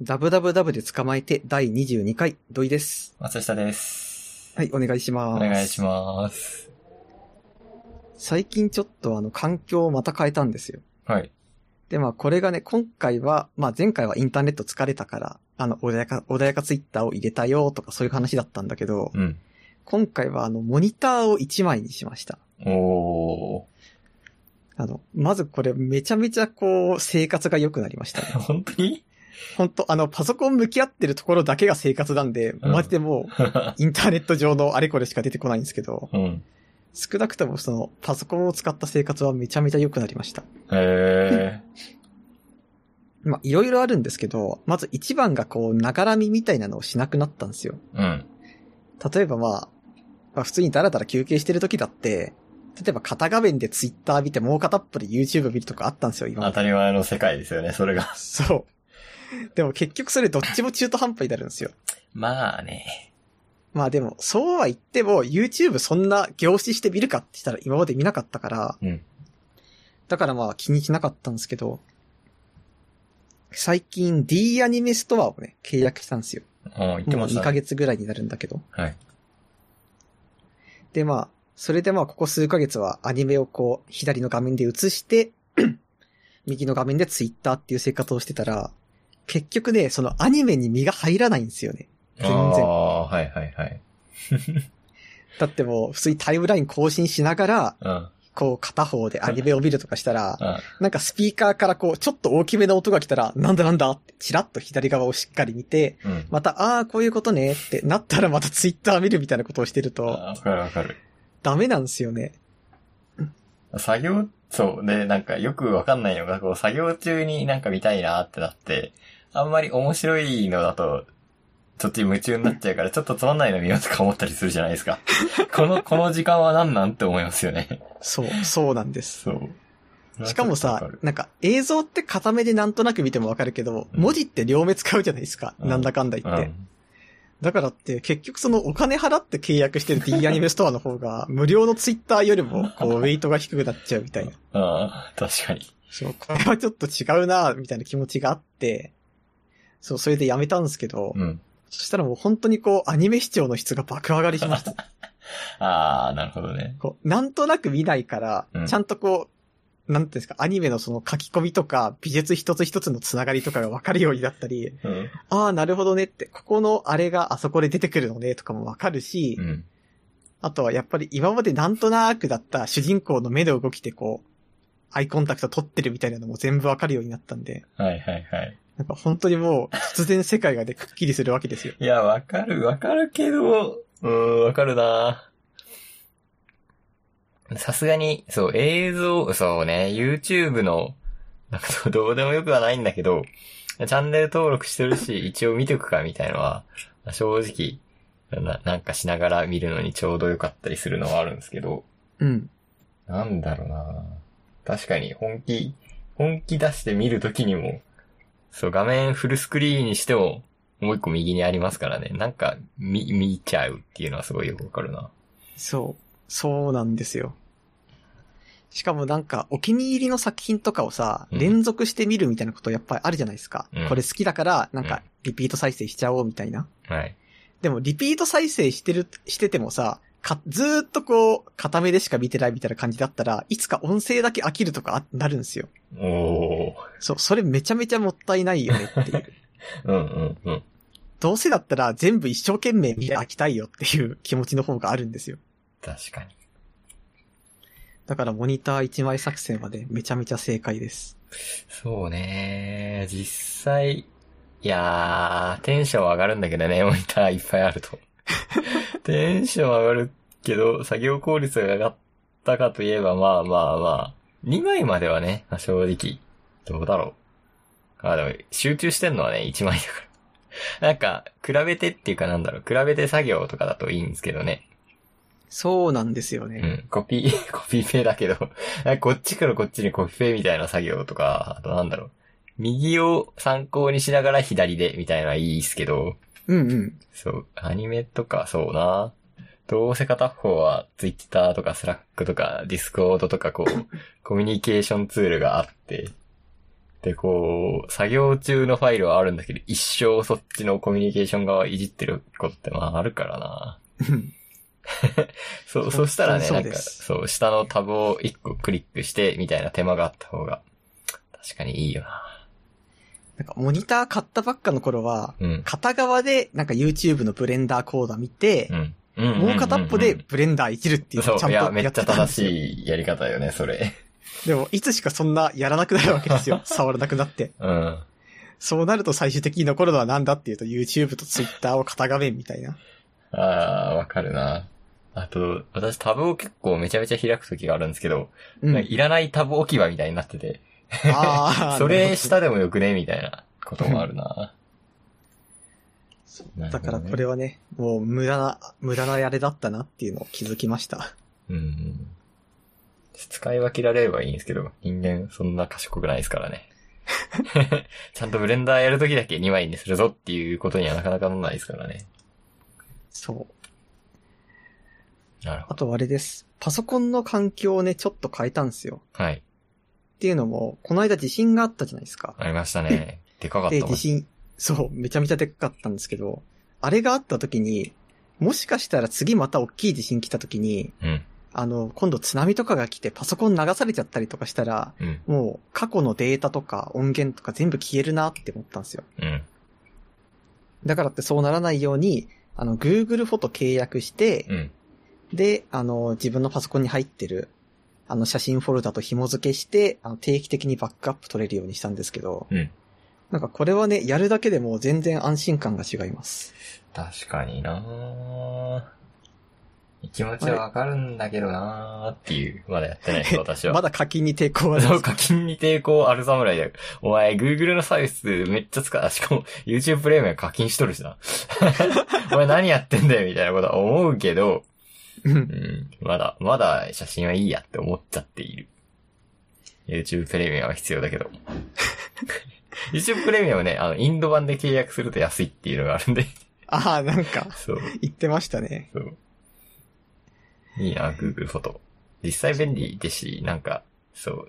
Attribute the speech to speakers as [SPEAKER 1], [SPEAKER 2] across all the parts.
[SPEAKER 1] ダブダブダブで捕まえて第22回、土井です。
[SPEAKER 2] 松下です。
[SPEAKER 1] はい、お願いします。
[SPEAKER 2] お願いします。
[SPEAKER 1] 最近ちょっとあの、環境をまた変えたんですよ。
[SPEAKER 2] はい。
[SPEAKER 1] で、まあこれがね、今回は、まあ前回はインターネット疲れたから、あの、穏やか、穏やかツイッターを入れたよとかそういう話だったんだけど、
[SPEAKER 2] うん。
[SPEAKER 1] 今回はあの、モニターを1枚にしました。
[SPEAKER 2] お
[SPEAKER 1] あの、まずこれめちゃめちゃこう、生活が良くなりましたね。
[SPEAKER 2] ー。 本当に
[SPEAKER 1] 本当あの、パソコン向き合ってるところだけが生活なんで、
[SPEAKER 2] うん
[SPEAKER 1] マジでもう、インターネット上のあれこれしか出てこないんですけど、
[SPEAKER 2] うん。
[SPEAKER 1] 少なくともその、パソコンを使った生活はめちゃめちゃ良くなりました。
[SPEAKER 2] へ
[SPEAKER 1] まあ、いろいろあるんですけど、まず一番がこう、ながらみみたいなのをしなくなったんですよ。
[SPEAKER 2] ー。 うん。
[SPEAKER 1] 例えばまあ、まあ普通にだらだら休憩してる時だって、例えば片画面でツイッター見て、もう片っぽで YouTube 見るとかあったんですよ、今ま
[SPEAKER 2] 当
[SPEAKER 1] で。
[SPEAKER 2] たり前の世界ですよね、それが。
[SPEAKER 1] そう。でも結局それどっちも中途半端になるんですよ。
[SPEAKER 2] まあね。
[SPEAKER 1] まあでも、そうは言っても、YouTube そんな凝視して見るかって言ったら今まで見なかったから、
[SPEAKER 2] うん。
[SPEAKER 1] だからまあ気にしなかったんですけど、最近 D アニメストアをね、契約したんですよ。
[SPEAKER 2] もう言って
[SPEAKER 1] もう
[SPEAKER 2] ました、
[SPEAKER 1] 2
[SPEAKER 2] ね。
[SPEAKER 1] ヶ月ぐらいになるんだけど。
[SPEAKER 2] はい。
[SPEAKER 1] でまあ、それでまあここ数ヶ月はアニメをこう、左の画面で映して、 右の画面で Twitter っていう生活をしてたら、結局ね、そのアニメに身が入らないんですよね。全然
[SPEAKER 2] ああ、はいはいはい。
[SPEAKER 1] だってもう、普通にタイムライン更新しながら、
[SPEAKER 2] うん。
[SPEAKER 1] こう片方でアニメを見るとかしたら、
[SPEAKER 2] あ
[SPEAKER 1] なんかスピーカーからこう、ちょっと大きめの音が来たら、なんだなんだって、チラッと左側をしっかり見て、
[SPEAKER 2] うん。
[SPEAKER 1] また、ああー、こういうことねってなったらまたツイッター見るみたいなことをしてる
[SPEAKER 2] あ
[SPEAKER 1] と、
[SPEAKER 2] わかるわかる。
[SPEAKER 1] ダメなんですよね。
[SPEAKER 2] 作業、そう。で、なんかよくわかんないのが、こう、作業中になんか見たいなってなって、あんまり面白いのだと、そっち夢中になっちゃうから、ちょっとつまんないの見ようとか思ったりするじゃないで すか。この、この時間は何なんって思いますよね。
[SPEAKER 1] そう、そうなんです。
[SPEAKER 2] そう。
[SPEAKER 1] しかもさ
[SPEAKER 2] わる、
[SPEAKER 1] なんか映像って片目でなんとなく見てもわかるけど、
[SPEAKER 2] うん
[SPEAKER 1] 文字って両目使うじゃないですか。
[SPEAKER 2] うん
[SPEAKER 1] なんだかんだ言
[SPEAKER 2] う
[SPEAKER 1] って。
[SPEAKER 2] ん。
[SPEAKER 1] だからって、結局そのお金払って契約してる D アニメストアの方が、無料のツイッターよりも、 こう、ウェイトが低くなっちゃうみたいな。
[SPEAKER 2] ああ、確かに。
[SPEAKER 1] そう、これはちょっと違うな、みたいな気持ちがあって、そう、それでやめたんですけど、
[SPEAKER 2] うん。
[SPEAKER 1] そしたらもう本当にこう、アニメ視聴の質が爆上がりしました。
[SPEAKER 2] ああ、なるほどね。
[SPEAKER 1] こう、なんとなく見ないから、
[SPEAKER 2] うん
[SPEAKER 1] ちゃんとこう、なんていうんですか、アニメのその書き込みとか、美術一つ一つのつながりとかがわかるようになったり、
[SPEAKER 2] うん。
[SPEAKER 1] ああ、なるほどねって、ここのあれがあそこで出てくるのね、とかもわかるし、
[SPEAKER 2] うん。
[SPEAKER 1] あとはやっぱり今までなんとなくだった主人公の目の動きでこう、アイコンタクト取ってるみたいなのも全部わかるようになったんで、
[SPEAKER 2] はいはいはい。
[SPEAKER 1] なんか本当にもう、突然世界がね、くっきりするわけですよ。
[SPEAKER 2] いや、わかる、わかるけど、うーん、わかるなさすがに、そう、映像、そうね、YouTube の、なんか そうどうでもよくはないんだけど、チャンネル登録してるし、一応見ておくか、みたいのは、正直な、なんかしながら見るのにちょうどよかったりするのはあるんですけど、
[SPEAKER 1] うん。
[SPEAKER 2] なんだろうな確かに、本気、本気出して見るときにも、そう、画面フルスクリーンにしても、もう一個右にありますからね。なんか、見、見ちゃうっていうのはすごいよくわかるな。
[SPEAKER 1] そう。そうなんですよ。しかもなんか、お気に入りの作品とかをさ、
[SPEAKER 2] うん
[SPEAKER 1] 連続して見るみたいなことやっぱりあるじゃないですか。
[SPEAKER 2] うん
[SPEAKER 1] これ好きだから、なん
[SPEAKER 2] うん
[SPEAKER 1] か、リピート再生しちゃおうみたいな。
[SPEAKER 2] はい。
[SPEAKER 1] でも、リピート再生してる、しててもさ、か、ずーっとこう、片目でしか見てないみたいな感じだったら、いつか音声だけ飽きるとかあなるんですよ。
[SPEAKER 2] おー。
[SPEAKER 1] そう、それめちゃめちゃもったいないよねっていう。
[SPEAKER 2] うんうんうん。
[SPEAKER 1] どうせだったら全部一生懸命見て飽きたいよっていう気持ちの方があるんですよ。
[SPEAKER 2] 確かに。
[SPEAKER 1] だからモニター1枚作戦はね、めちゃめちゃ正解です。
[SPEAKER 2] そうね実際、いやー、テンション上がるんだけどね、モニターいっぱいあると。テンション上がるけど、作業効率が上がったかといえば、まあまあまあ、2枚まではね、まあ正直、どうだろう。あ、でも、集中してんのはね、1枚だから。なんか、比べてっていうかなんだろう、比べて作業とかだといいんですけどね。
[SPEAKER 1] そうなんですよ
[SPEAKER 2] う
[SPEAKER 1] ね。
[SPEAKER 2] ん、コピー、 コピペだけど、なんかこっちからこっちにコピペみたいな作業とか、あとなんだろう。右を参考にしながら左でみたいなのはいいっすけど、
[SPEAKER 1] うんうん。
[SPEAKER 2] そう、アニメとかそうな。どうせ片方は Twitter とか Slack とか Discord とかこう、コミュニケーションツールがあって、で、こう、作業中のファイルはあるんだけど、一生そっちのコミュニケーション側いじってることってまああるからな。
[SPEAKER 1] うん
[SPEAKER 2] そう、
[SPEAKER 1] そ
[SPEAKER 2] そううしたらね、
[SPEAKER 1] そう
[SPEAKER 2] なん
[SPEAKER 1] で
[SPEAKER 2] か、
[SPEAKER 1] す
[SPEAKER 2] そう、下のタブを一個クリックして、みたいな手間があった方が、確かにいいよな。
[SPEAKER 1] なんか、モニター買ったばっかの頃は、
[SPEAKER 2] うん。
[SPEAKER 1] 片側で、なんか YouTube のブレンダーコーダー見て
[SPEAKER 2] う、ん。うんんんん
[SPEAKER 1] もう片っぽでブレンダーいじるっていうの
[SPEAKER 2] そ
[SPEAKER 1] をちゃんと
[SPEAKER 2] う、い
[SPEAKER 1] や
[SPEAKER 2] や、
[SPEAKER 1] って
[SPEAKER 2] め
[SPEAKER 1] た
[SPEAKER 2] っ
[SPEAKER 1] ん
[SPEAKER 2] ちゃ
[SPEAKER 1] ですよ。
[SPEAKER 2] 正しいやり方よね、それ。
[SPEAKER 1] でも、いつしかそんなやらなくなるわけですよ。 触らなくなって。
[SPEAKER 2] うん。
[SPEAKER 1] そうなると最終的に残るのは何だっていうと YouTube と Twitter を片画面みたいな。
[SPEAKER 2] ああ、わかるな。あと、私タブを結構めちゃめちゃ開くときがあるんですけど、
[SPEAKER 1] うん。
[SPEAKER 2] なんかいらないタブ置き場みたいになってて、
[SPEAKER 1] あー
[SPEAKER 2] そ
[SPEAKER 1] なるほ
[SPEAKER 2] れ
[SPEAKER 1] ど
[SPEAKER 2] 下でもよくねみたいなこともあるな。な る
[SPEAKER 1] だ
[SPEAKER 2] ほ
[SPEAKER 1] か
[SPEAKER 2] ど
[SPEAKER 1] ら
[SPEAKER 2] ね
[SPEAKER 1] これはね、もう無駄な、無駄なやれだったなっていうのを気づきました。
[SPEAKER 2] うんうん。使い分けられればいいんですけど、人間そんな賢くないですからね。ちゃんとブレンダーやるときだけ2枚にするぞっていうことにはなかなかならないですからね。
[SPEAKER 1] そう。
[SPEAKER 2] なるほ
[SPEAKER 1] あとあれです。パソコンの環境をね、ちょっと変えたんですよ。
[SPEAKER 2] ど。はい。
[SPEAKER 1] っていうのも、この間地震があったじゃないですか。
[SPEAKER 2] ありましたね。でかかった
[SPEAKER 1] で、
[SPEAKER 2] もん
[SPEAKER 1] 地震、そう、めちゃめちゃでっかかったんですけど、あれがあった時に、もしかしたら次また大きい地震来た時に、
[SPEAKER 2] うん。
[SPEAKER 1] あの、今度津波とかが来てパソコン流されちゃったりとかしたら、
[SPEAKER 2] うん。
[SPEAKER 1] もう過去のデータとか音源とか全部消えるなって思ったんですよ。
[SPEAKER 2] うん。
[SPEAKER 1] だからってそうならないように、あの、Google フォト契約して、
[SPEAKER 2] うん。
[SPEAKER 1] で、あの、自分のパソコンに入ってる、あの、写真フォルダと紐付けして、あの、定期的にバックアップ取れるようにしたんですけど、
[SPEAKER 2] うん。
[SPEAKER 1] なんかこれはね、やるだけでもう全然安心感が違います。
[SPEAKER 2] 確かにな気持ちはわかるんだけどなーっていう。まだやってないです、私は。
[SPEAKER 1] まだ課金に抵抗はない
[SPEAKER 2] そう、課金に抵抗ある侍だよ。お前、Google のサービスめっちゃ使う。あしかも、YouTube プレミアム課金しとるしな。 お前何やってんだよ、みたいなことは思うけど、
[SPEAKER 1] うん
[SPEAKER 2] うん、まだ、まだ写真はいいやって思っちゃっている。YouTube プレミアムは必要だけど。YouTube プレミアムね、あの、インド版で契約すると安いっていうのがあるんで。
[SPEAKER 1] ああ、なんか、
[SPEAKER 2] そう。
[SPEAKER 1] 言ってましたね。
[SPEAKER 2] そう。いいな、Google フォト。実際便利ですし、なんか、そ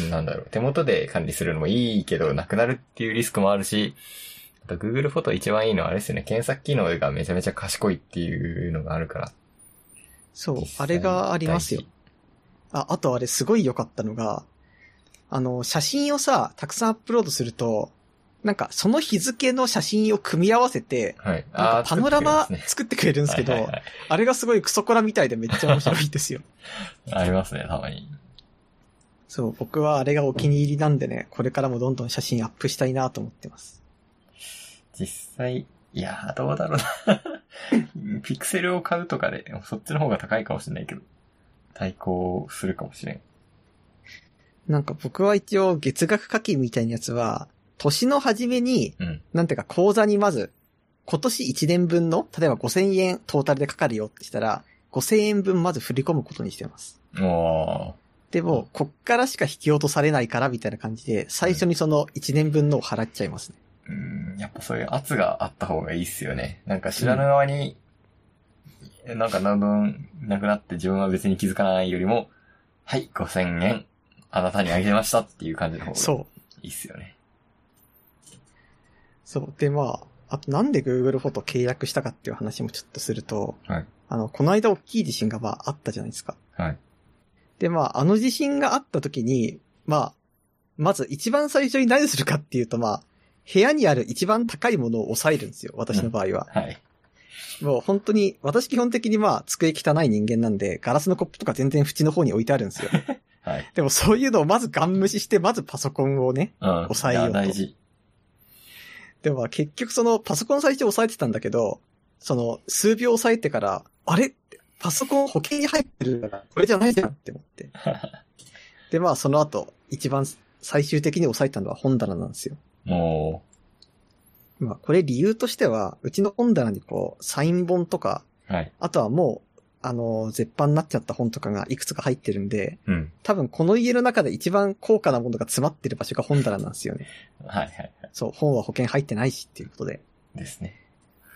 [SPEAKER 2] う、なんだろう、手元で管理するのもいいけど、なくなるっていうリスクもあるし、あと Google フォト一番いいのはあれですよね、検索機能がめちゃめちゃ賢いっていうのがあるから。
[SPEAKER 1] そう
[SPEAKER 2] 実、際
[SPEAKER 1] あれがありますよ
[SPEAKER 2] 大事。。
[SPEAKER 1] あ、あとあれすごい良かったのが、あの、写真をさ、たくさんアップロードすると、なんかその日付の写真を組み合わせて、
[SPEAKER 2] はい。
[SPEAKER 1] なんか
[SPEAKER 2] ー
[SPEAKER 1] パノラマ作
[SPEAKER 2] 作ってくれますね
[SPEAKER 1] ってくれるんですけど、
[SPEAKER 2] はいはいはい
[SPEAKER 1] あれがすごいクソコラみたいでめっちゃ面白いんですよ。
[SPEAKER 2] ありますね、たまに。
[SPEAKER 1] そう、僕はあれがお気に入りなんでね、これからもどんどん写真アップしたいなと思ってます。
[SPEAKER 2] 実際、いやー、どうだろうな。 ピクセルを買うとかで、そっちの方が高いかもしれないけど、対抗するかもしれん。
[SPEAKER 1] なんか僕は一応月額課金みたいなやつは、年の初めに、
[SPEAKER 2] うん。
[SPEAKER 1] なんていうか口座にまず、今年1年分の、例えば5000円トータルでかかるよってしたら、5000円分まず振り込むことにしてます。
[SPEAKER 2] お
[SPEAKER 1] でも、こっからしか引き落とされないからみたいな感じで、最初にその1年分のを払っちゃいますね。
[SPEAKER 2] ーうん、やっぱそういう圧があった方がいいっすよね。なんか知らぬ側に、なんかどんどんなくなって自分は別に気づかないよりも、はい、5000円、あなたにあげましたっていう感じの方が
[SPEAKER 1] そう。
[SPEAKER 2] いいっすよね。
[SPEAKER 1] そう。で、まあ、あとなんで Google フォト契約したかっていう話もちょっとすると、
[SPEAKER 2] はい
[SPEAKER 1] あの、この間大きい地震がまああったじゃないですか。
[SPEAKER 2] はい。
[SPEAKER 1] で、まあ、あの地震があった時に、まあ、まず一番最初に何するかっていうと、まあ、部屋にある一番高いものを抑えるんですよ、私の場合は。
[SPEAKER 2] はい。
[SPEAKER 1] もう本当に、私基本的にまあ、机汚い人間なんで、ガラスのコップとか全然縁の方に置いてあるんですよ。
[SPEAKER 2] はい。
[SPEAKER 1] でもそういうのをまずガン無視して、まずパソコンをね、
[SPEAKER 2] うん。
[SPEAKER 1] 抑えようと
[SPEAKER 2] いや大事。
[SPEAKER 1] でもまあ結局そのパソコン最初押さえてたんだけど、その数秒押さえてから、あれパソコン保険に入ってるから、これじゃないじゃんって思って。でまあその後、一番最終的に押さえたのは本棚なんですよ。
[SPEAKER 2] も
[SPEAKER 1] まあこれ理由としては、うちの本棚にこう、サイン本とか、
[SPEAKER 2] う、はい。
[SPEAKER 1] あとはもう、あの、絶版になっちゃった本とかがいくつか入ってるんで、
[SPEAKER 2] うん。
[SPEAKER 1] 多分この家の中で一番高価なものが詰まってる場所が本棚なんですよね。
[SPEAKER 2] はいはい。
[SPEAKER 1] そう、本は保険入ってないしっていうことで。
[SPEAKER 2] ですね。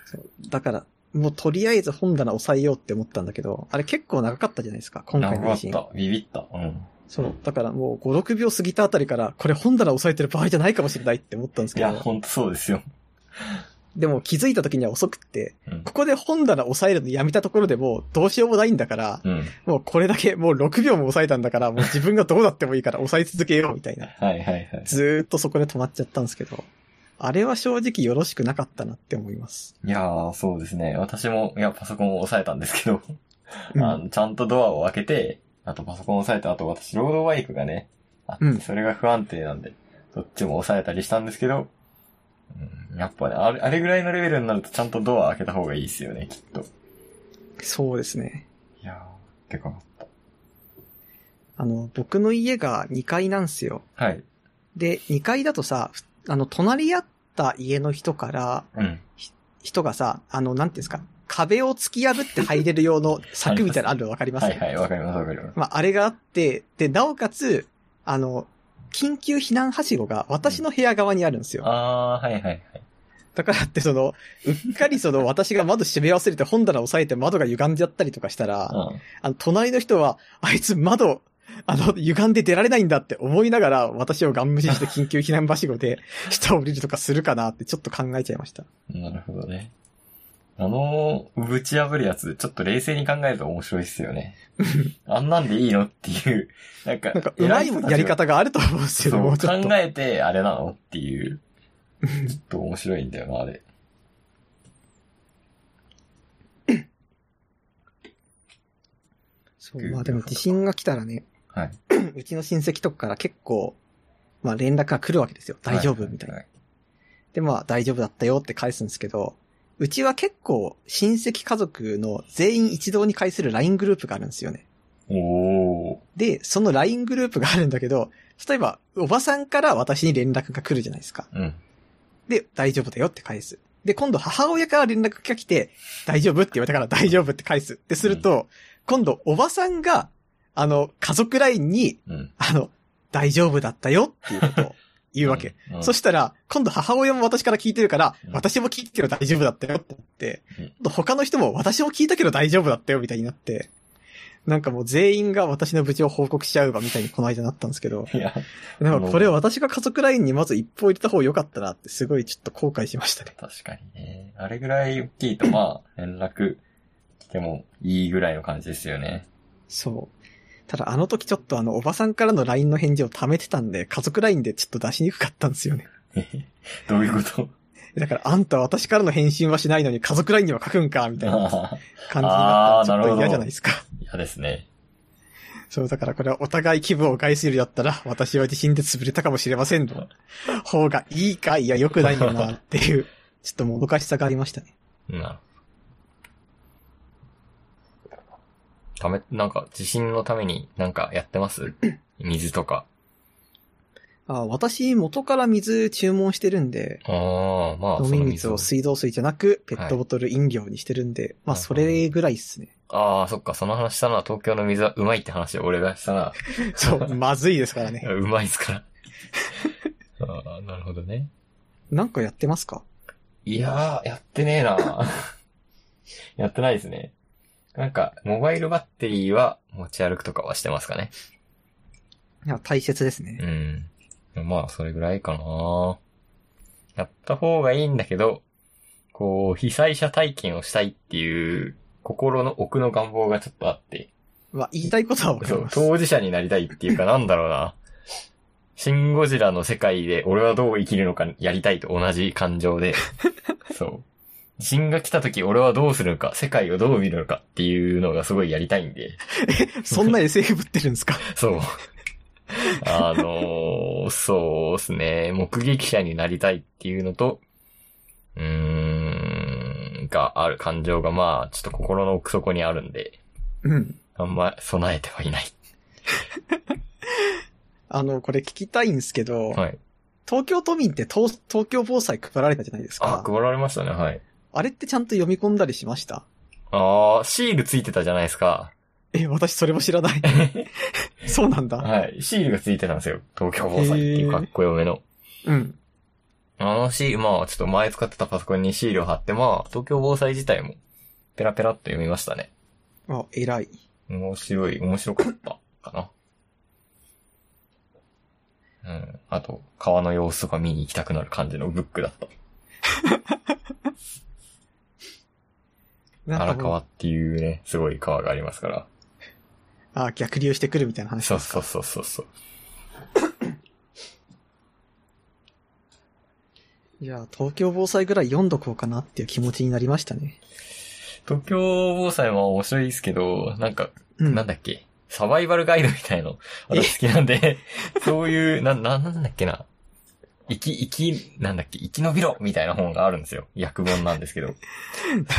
[SPEAKER 1] そうだから、もうとりあえず本棚抑えようって思ったんだけど、あれ結構長かったじゃないですか、今
[SPEAKER 2] な
[SPEAKER 1] 回
[SPEAKER 2] ん
[SPEAKER 1] の
[SPEAKER 2] か
[SPEAKER 1] 地震。
[SPEAKER 2] った。ビビった。うん。
[SPEAKER 1] そう。だからもう5、6秒過ぎたあたりから、これ本棚押さえてる場合じゃないかもしれないって思ったんです
[SPEAKER 2] い
[SPEAKER 1] け
[SPEAKER 2] や、
[SPEAKER 1] ど、
[SPEAKER 2] ほんとそうですよ。
[SPEAKER 1] でも気づいた時には遅くって、
[SPEAKER 2] うん。
[SPEAKER 1] ここで本棚押さえるのやめたところでもうどうしようもないんだから、
[SPEAKER 2] うん。
[SPEAKER 1] もうこれだけもう6秒も抑えたんだから、もう自分がどうなってもいいから抑え続けようみたいな。
[SPEAKER 2] はいはいはい。
[SPEAKER 1] ずーっとそこで止まっちゃったんですけど、あれは正直よろしくなかったなって思います。
[SPEAKER 2] いやー、そうですね。私も、いや、パソコンを押さえたんですけど、
[SPEAKER 1] うん
[SPEAKER 2] あのちゃんとドアを開けて、あとパソコンを押さえて、あと私、ロードバイクがね、あって
[SPEAKER 1] うん
[SPEAKER 2] それが不安定なんで、どっちも押さえたりしたんですけど、うん、やっぱねあれ、あれぐらいのレベルになるとちゃんとドア開けた方がいいですよね、きっと。
[SPEAKER 1] そうですね。
[SPEAKER 2] いやー、てか、
[SPEAKER 1] あの、僕の家が2階なんですよ。
[SPEAKER 2] はい。
[SPEAKER 1] で、2階だとさ、ふあの、隣り合った家の人から、
[SPEAKER 2] うん。
[SPEAKER 1] 人がさ、あの、なんていうんですか、壁を突き破って入れる用の柵みたいなのあるのわかります
[SPEAKER 2] はいはい、わかりますわかります。
[SPEAKER 1] まあ、あれがあって、で、なおかつ、あの、緊急避難はしごが私の部屋側にあるんですよ。
[SPEAKER 2] あー、はいはいはい。
[SPEAKER 1] だからってその、うっかりその私が窓閉め忘れて本棚押さえて窓が歪んじゃったりとかしたら、
[SPEAKER 2] うん。
[SPEAKER 1] あの、隣の人は、あいつ窓、あの、歪んで出られないんだって思いながら、私をガン無視して緊急避難はしご で、下を降りるとかするかなってちょっと考えちゃいました。
[SPEAKER 2] なるほどね。あの、ぶち破るやつ、ちょっと冷静に考えると面白いっすよ ね。あんなんでいいのっていう、なんか、
[SPEAKER 1] なんか、うまい
[SPEAKER 2] 偉人たちが
[SPEAKER 1] やり方があると思うんですけ
[SPEAKER 2] そ
[SPEAKER 1] ど、
[SPEAKER 2] う
[SPEAKER 1] もうちょっと。
[SPEAKER 2] 考えて、あれなのっ ていう、ちょっと面白いんだよな、あれ。
[SPEAKER 1] そう、まあでも地震が来たらね、
[SPEAKER 2] はい。
[SPEAKER 1] うちの親戚とかから結構、まあ連絡が来るわけですよ。大丈夫みたいな。
[SPEAKER 2] はは
[SPEAKER 1] で、まあ大丈夫だったよって返すんですけど、うちは結構親戚家族の全員一堂に会する LINE グループがあるんですよね。
[SPEAKER 2] はいおー。
[SPEAKER 1] で、その LINE グループがあるんだけど、例えば、おばさんから私に連絡が来るじゃないですか。
[SPEAKER 2] うん。
[SPEAKER 1] で、大丈夫だよって返す。で、今度母親から連絡が来て、大丈夫って言われたから大丈夫って返す。ってすると、今度おばさんが、あの、家族 LINE に、
[SPEAKER 2] うん。
[SPEAKER 1] あの、大丈夫だったよっていうことを言うわけ。
[SPEAKER 2] うん。
[SPEAKER 1] そしたら、今度母親も私から聞いてるから、
[SPEAKER 2] うん
[SPEAKER 1] 私も聞いてる大丈夫だったよって言って、
[SPEAKER 2] うん
[SPEAKER 1] 今度他の人も私も聞いたけど大丈夫だったよみたいになって、なんかもう全員が私の無事を報告しちゃうわみたいにこの間なったんですけど、
[SPEAKER 2] いや、
[SPEAKER 1] でもこれ私が家族ラインにまず一歩入れた方が良かったなってすごいちょっと後悔しましたね。
[SPEAKER 2] 確かにね。あれぐらい大きいと、まあ、連絡来てもいいぐらいの感じですよね。
[SPEAKER 1] そう。ただあの時ちょっとあのおばさんからの LINE の返事を貯めてたんで、家族 LINE でちょっと出しにくかったんですよね。
[SPEAKER 2] どういうこと
[SPEAKER 1] だからあんた私からの返信はしないのに家族 LINE には書くんか みたいな
[SPEAKER 2] あー
[SPEAKER 1] 感じになった
[SPEAKER 2] あー
[SPEAKER 1] らちょっと嫌じゃないですか。
[SPEAKER 2] 嫌ですね。
[SPEAKER 1] そう、だからこれはお互い気分を害するようだったら、私は地震で潰れたかもしれませんの方がいいか、いや、良くないよな、って いう、ちょっともどかしさがありましたね。
[SPEAKER 2] なため、なんか、地震のためになんかやってます 水とか。
[SPEAKER 1] あ私、元から水注文してるんで、
[SPEAKER 2] ああ、まあ、
[SPEAKER 1] 飲
[SPEAKER 2] そ
[SPEAKER 1] み
[SPEAKER 2] の
[SPEAKER 1] 水
[SPEAKER 2] を
[SPEAKER 1] を水道水じゃなく、ペットボトル飲料にしてるんで、まあ、それぐらいっすね。
[SPEAKER 2] ああ、そっか、その話したのは東京の水はうまいって話を俺がした ら、
[SPEAKER 1] そう、まずいですからね。
[SPEAKER 2] うまいっす から。ああ、なるほどね。
[SPEAKER 1] なんかやってますか
[SPEAKER 2] いやー、やってねえ なやってないですね。なんか、モバイルバッテリーは持ち歩くとかはしてますかね。
[SPEAKER 1] いや、大切ですね。
[SPEAKER 2] うん。まあ、それぐらいかな。やった方がいいんだけど、こう、被災者体験をしたいっていう、心の奥の願望がちょっとあって、
[SPEAKER 1] まあ、言いたいことはわか
[SPEAKER 2] そ
[SPEAKER 1] り
[SPEAKER 2] う
[SPEAKER 1] ま、す。
[SPEAKER 2] 当事者になりたいっていうか、なんだろうな。シンゴジラの世界で俺はどう生きるのかやりたいと同じ感情 で、そう。地震が来た時俺はどうするのか、世界をどう見るのかっていうのがすごいやりたいんで、
[SPEAKER 1] そんな SF ぶってるんですか
[SPEAKER 2] そう。あのーそうですね。目撃者になりたいっていうのと、うーん、がある感情が、まあ、ちょっと心の奥底にあるんで、
[SPEAKER 1] うん。
[SPEAKER 2] あんま備えてはいない。
[SPEAKER 1] あの、これ聞きたいんですけど、
[SPEAKER 2] はい。
[SPEAKER 1] 東京都民って東東京防災配られたじゃないです
[SPEAKER 2] あ
[SPEAKER 1] か、。
[SPEAKER 2] 配られましたね、はい。
[SPEAKER 1] あれってちゃんと読み込んだりしました
[SPEAKER 2] あー、シールついてたじゃないですか。
[SPEAKER 1] え、私それも知らない。 そうなんだ。
[SPEAKER 2] はい。シールがついてたんですよ。東京防災っていうかっこよめの。
[SPEAKER 1] うん。
[SPEAKER 2] あのシール、まあ、ちょっと前使ってたパソコンにシールを貼って、まあ、東京防災自体も、ペラペラっと読みましたね。
[SPEAKER 1] あ、偉い。
[SPEAKER 2] 面白い、面白かったかな。うん。あと、川の様子とか見に行きたくなる感じのブックだった。
[SPEAKER 1] なんか
[SPEAKER 2] 荒
[SPEAKER 1] もう
[SPEAKER 2] 川っていうね、すごい川がありますから。
[SPEAKER 1] あ、逆流してくるみたいな話
[SPEAKER 2] そ
[SPEAKER 1] で
[SPEAKER 2] う
[SPEAKER 1] す
[SPEAKER 2] そ
[SPEAKER 1] か。
[SPEAKER 2] うそうそうそう。
[SPEAKER 1] いや、東京防災ぐらい読んどこうかなっていう気持ちになりましたね。
[SPEAKER 2] 東京防災も面白いですけど、なんか、
[SPEAKER 1] うん。
[SPEAKER 2] なんだっけ、サバイバルガイドみたいの、私好きなんで、そういう、な、な、なんだっけな。生き、生き、なんだっけ、生き延びろみたいな本があるんですよ。訳本なんですけど。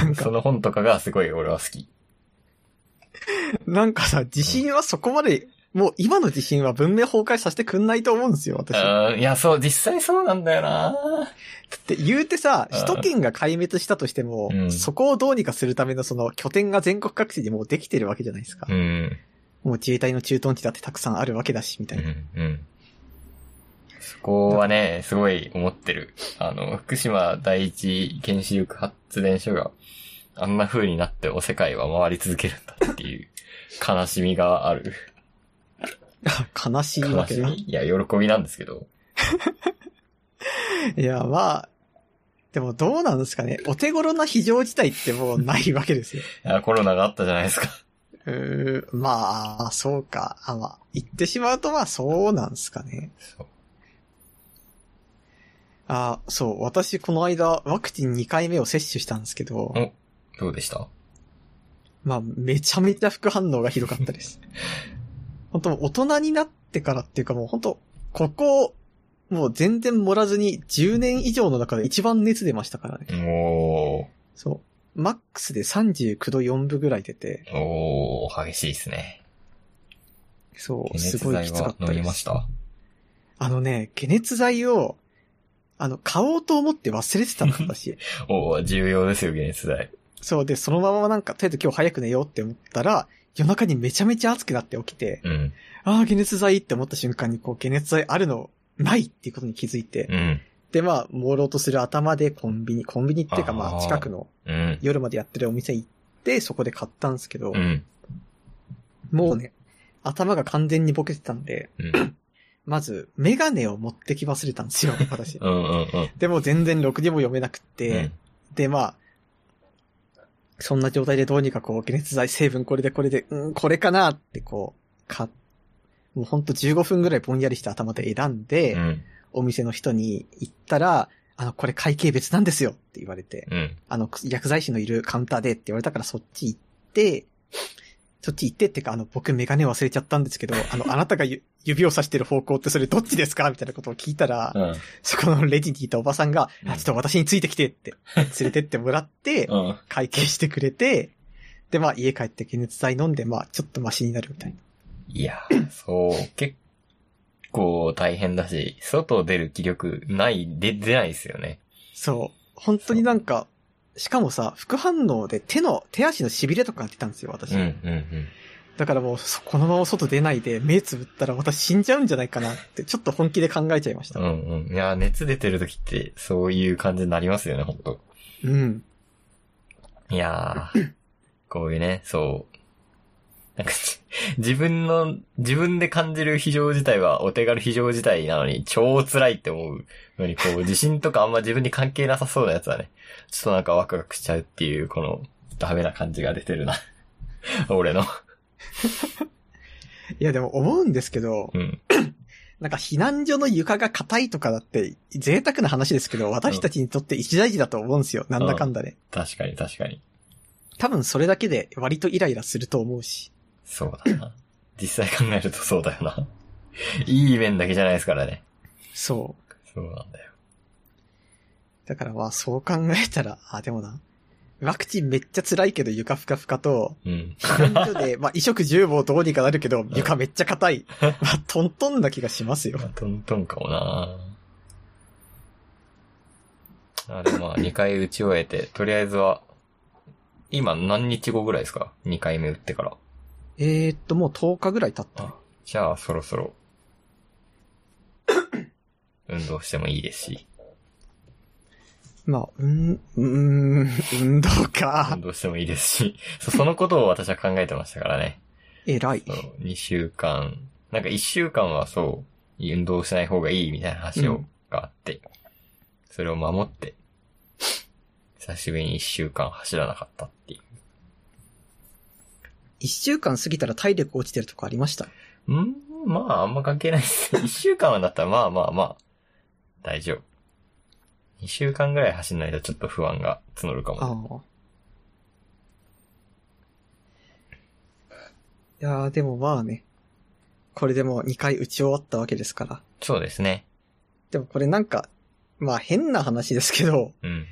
[SPEAKER 1] なん
[SPEAKER 2] そ
[SPEAKER 1] か、
[SPEAKER 2] の本とかがすごい俺は好き。
[SPEAKER 1] なんかさ、地震はそこまで、もう今の地震は文明崩壊させてくんないと思うんですよ、私。だ
[SPEAKER 2] うん、いや、そう、実際そうなんだよな
[SPEAKER 1] って言うてさ、
[SPEAKER 2] うん
[SPEAKER 1] 首都圏が壊滅したとしても、
[SPEAKER 2] うん
[SPEAKER 1] そこをどうにかするためのその拠点が全国各地にもうできてるわけじゃないですか。
[SPEAKER 2] うん。
[SPEAKER 1] もう自衛隊の駐屯地だってたくさんあるわけだし、みたいな。
[SPEAKER 2] うんうん。そこはね、すごい思ってる。あの、福島第一原子力発電所があんな風になってお世界は回り続けるんだっていう悲しみがある。
[SPEAKER 1] 悲しいわ
[SPEAKER 2] 悲
[SPEAKER 1] け
[SPEAKER 2] し
[SPEAKER 1] だ。
[SPEAKER 2] み
[SPEAKER 1] い
[SPEAKER 2] いや、喜びなんですけど。
[SPEAKER 1] や、まあ、でもどうなんですかね。お手頃な非常事態ってもうないわけ ですよ。
[SPEAKER 2] いや、コロナがあったじゃないですか。
[SPEAKER 1] うーまあ、そうか。あ、まあ、言ってしまうとまあそうなんですかね。
[SPEAKER 2] そう
[SPEAKER 1] あ、そう。私、この間、ワクチン2回目を接種したんですけど、
[SPEAKER 2] お どうでした
[SPEAKER 1] まあ、めちゃめちゃ副反応がひどかったです。 本当大人になってからっていうかもう本当ここ、もう全然盛らずに10年以上の中で一番熱出ましたからね。
[SPEAKER 2] お
[SPEAKER 1] そう。マックスで39度4分ぐらい出て、
[SPEAKER 2] ー、おー、激しいですね。
[SPEAKER 1] そう、
[SPEAKER 2] 解
[SPEAKER 1] す
[SPEAKER 2] 熱
[SPEAKER 1] ごい
[SPEAKER 2] 剤
[SPEAKER 1] きつか
[SPEAKER 2] は
[SPEAKER 1] った
[SPEAKER 2] 飲み
[SPEAKER 1] で
[SPEAKER 2] ますし。た
[SPEAKER 1] あのね、解熱剤を、あの、買おうと思って忘れてたの、 私。
[SPEAKER 2] おー、重要ですよ、解熱剤。
[SPEAKER 1] そうで、そのままなんか、とりあえず今日早く寝ようって思ったら、夜中にめちゃめちゃ暑くなって起きて、
[SPEAKER 2] うん。
[SPEAKER 1] ああ、解熱剤って思った瞬間に、こう、解熱剤あるの、ないっていうことに気づいて、
[SPEAKER 2] うん。
[SPEAKER 1] で、まあ、朦朧とする頭でコンビニ、コンビニっていうか、ま
[SPEAKER 2] あ
[SPEAKER 1] あ、
[SPEAKER 2] ー
[SPEAKER 1] 近くの
[SPEAKER 2] うん。
[SPEAKER 1] 夜までやってるお店行って、そこで買ったんですけど、
[SPEAKER 2] うん。
[SPEAKER 1] もうね、頭が完全にボケてたんで、
[SPEAKER 2] うん。
[SPEAKER 1] まず、メガネを持ってき忘れたん ですよ、私。
[SPEAKER 2] うん。うん。うん。
[SPEAKER 1] でも全然ろくにも読めなくって、で、まあ、そんな状態でどうにかこう、解熱剤成分これでこれで、うん、これかなってこう、買っもうほんと15分ぐらいぼんやりした頭で選んで、
[SPEAKER 2] うん。
[SPEAKER 1] お店の人に行ったら、あの、これ会計別なんですよって言われて、
[SPEAKER 2] うん。
[SPEAKER 1] あの、薬剤師のいるカウンターでって言われたからそっち行って、そっち行ってってか、あの、僕メガネ忘れちゃったんですけど、あの、あなたがゆ指を指してる方向ってそれどっちですかみたいなことを聞いたら、
[SPEAKER 2] うん。
[SPEAKER 1] そこのレジにいたおばさんが、
[SPEAKER 2] うん
[SPEAKER 1] あちょっと私についてきてって、連れてってもらって、
[SPEAKER 2] うん。
[SPEAKER 1] 会計してくれて、で、まあ家帰って解熱剤飲んで、まあちょっとマシになるみたいな。
[SPEAKER 2] いやー、そう、結構大変だし、外出る気力ない、で、出ないですよね。
[SPEAKER 1] そう。本当になんか、しかもさ、副反応で手の、手足の痺れとかが出たんですよ、私。
[SPEAKER 2] うん、うん、
[SPEAKER 1] だからもう、そこのまま外出ないで、目つぶったら私死んじゃうんじゃないかなって、ちょっと本気で考えちゃいました。
[SPEAKER 2] うん。うん、うん。いやー、熱出てる時って、そういう感じになりますよね、ほんと。
[SPEAKER 1] うん。
[SPEAKER 2] いやー、こういうね、そう。なんか、 じ自分の、自分で感じる非常事態はお手軽非常事態なのに超辛いって思うのに、こう、地震とかあんま自分に関係なさそうなやつはね、 ちょっとなんかワクワクしちゃうっていう、この、ダメな感じが出てるな。 俺の。
[SPEAKER 1] いや、でも思うんですけど、
[SPEAKER 2] うん。
[SPEAKER 1] なんか避難所の床が硬いとかだって、贅沢な話ですけど、私たちにとって一大事だと思うんですよ、なんだかんだで、
[SPEAKER 2] 確かに確かに。
[SPEAKER 1] 多分それだけで割とイライラすると思うし。
[SPEAKER 2] そうだな。実際考えるとそうだよな。いい面だけじゃないですからね。
[SPEAKER 1] そう。
[SPEAKER 2] そうなんだよ。
[SPEAKER 1] だからまあそう考えたら、あ、でもな。ワクチンめっちゃ辛いけど床ふかふかと、
[SPEAKER 2] うん。
[SPEAKER 1] 避難所で、 まあ衣食住房どうにかなるけど、床めっちゃ硬 い。まあトントンな気がしますよ。
[SPEAKER 2] トントンかもなあれ、でもまあ、2回打ち終えて、とりあえずは、今何日後ぐらいですか ?2 回目打ってから。
[SPEAKER 1] えーっと、もう10日ぐらい経った。
[SPEAKER 2] じゃあ、そろそろ、運動してもいいですし、
[SPEAKER 1] まあ、うん、うん、運動か
[SPEAKER 2] 運。動してもいいですし、そそのことを私は考えてましたからね。
[SPEAKER 1] 偉い
[SPEAKER 2] そ。う、2週間。なんか1週間はそう、運動しない方がいいみたいな話
[SPEAKER 1] う
[SPEAKER 2] を
[SPEAKER 1] ん、
[SPEAKER 2] があって、それを守って、久しぶりに一週間走らなかったっていう。
[SPEAKER 1] 一週間過ぎたら体力落ちてるとかありました
[SPEAKER 2] うんまあ、あんま関係ないですね。 一週間はだったら、まあまあまあ、大丈夫。二週間ぐらい走んないとちょっと不安が募るか
[SPEAKER 1] あ
[SPEAKER 2] も。
[SPEAKER 1] あ。いやーでもまあね。これでもう2回打ち終わったわけですから。
[SPEAKER 2] そうですね。
[SPEAKER 1] でもこれなんか、まあ変な話ですけど、
[SPEAKER 2] うん。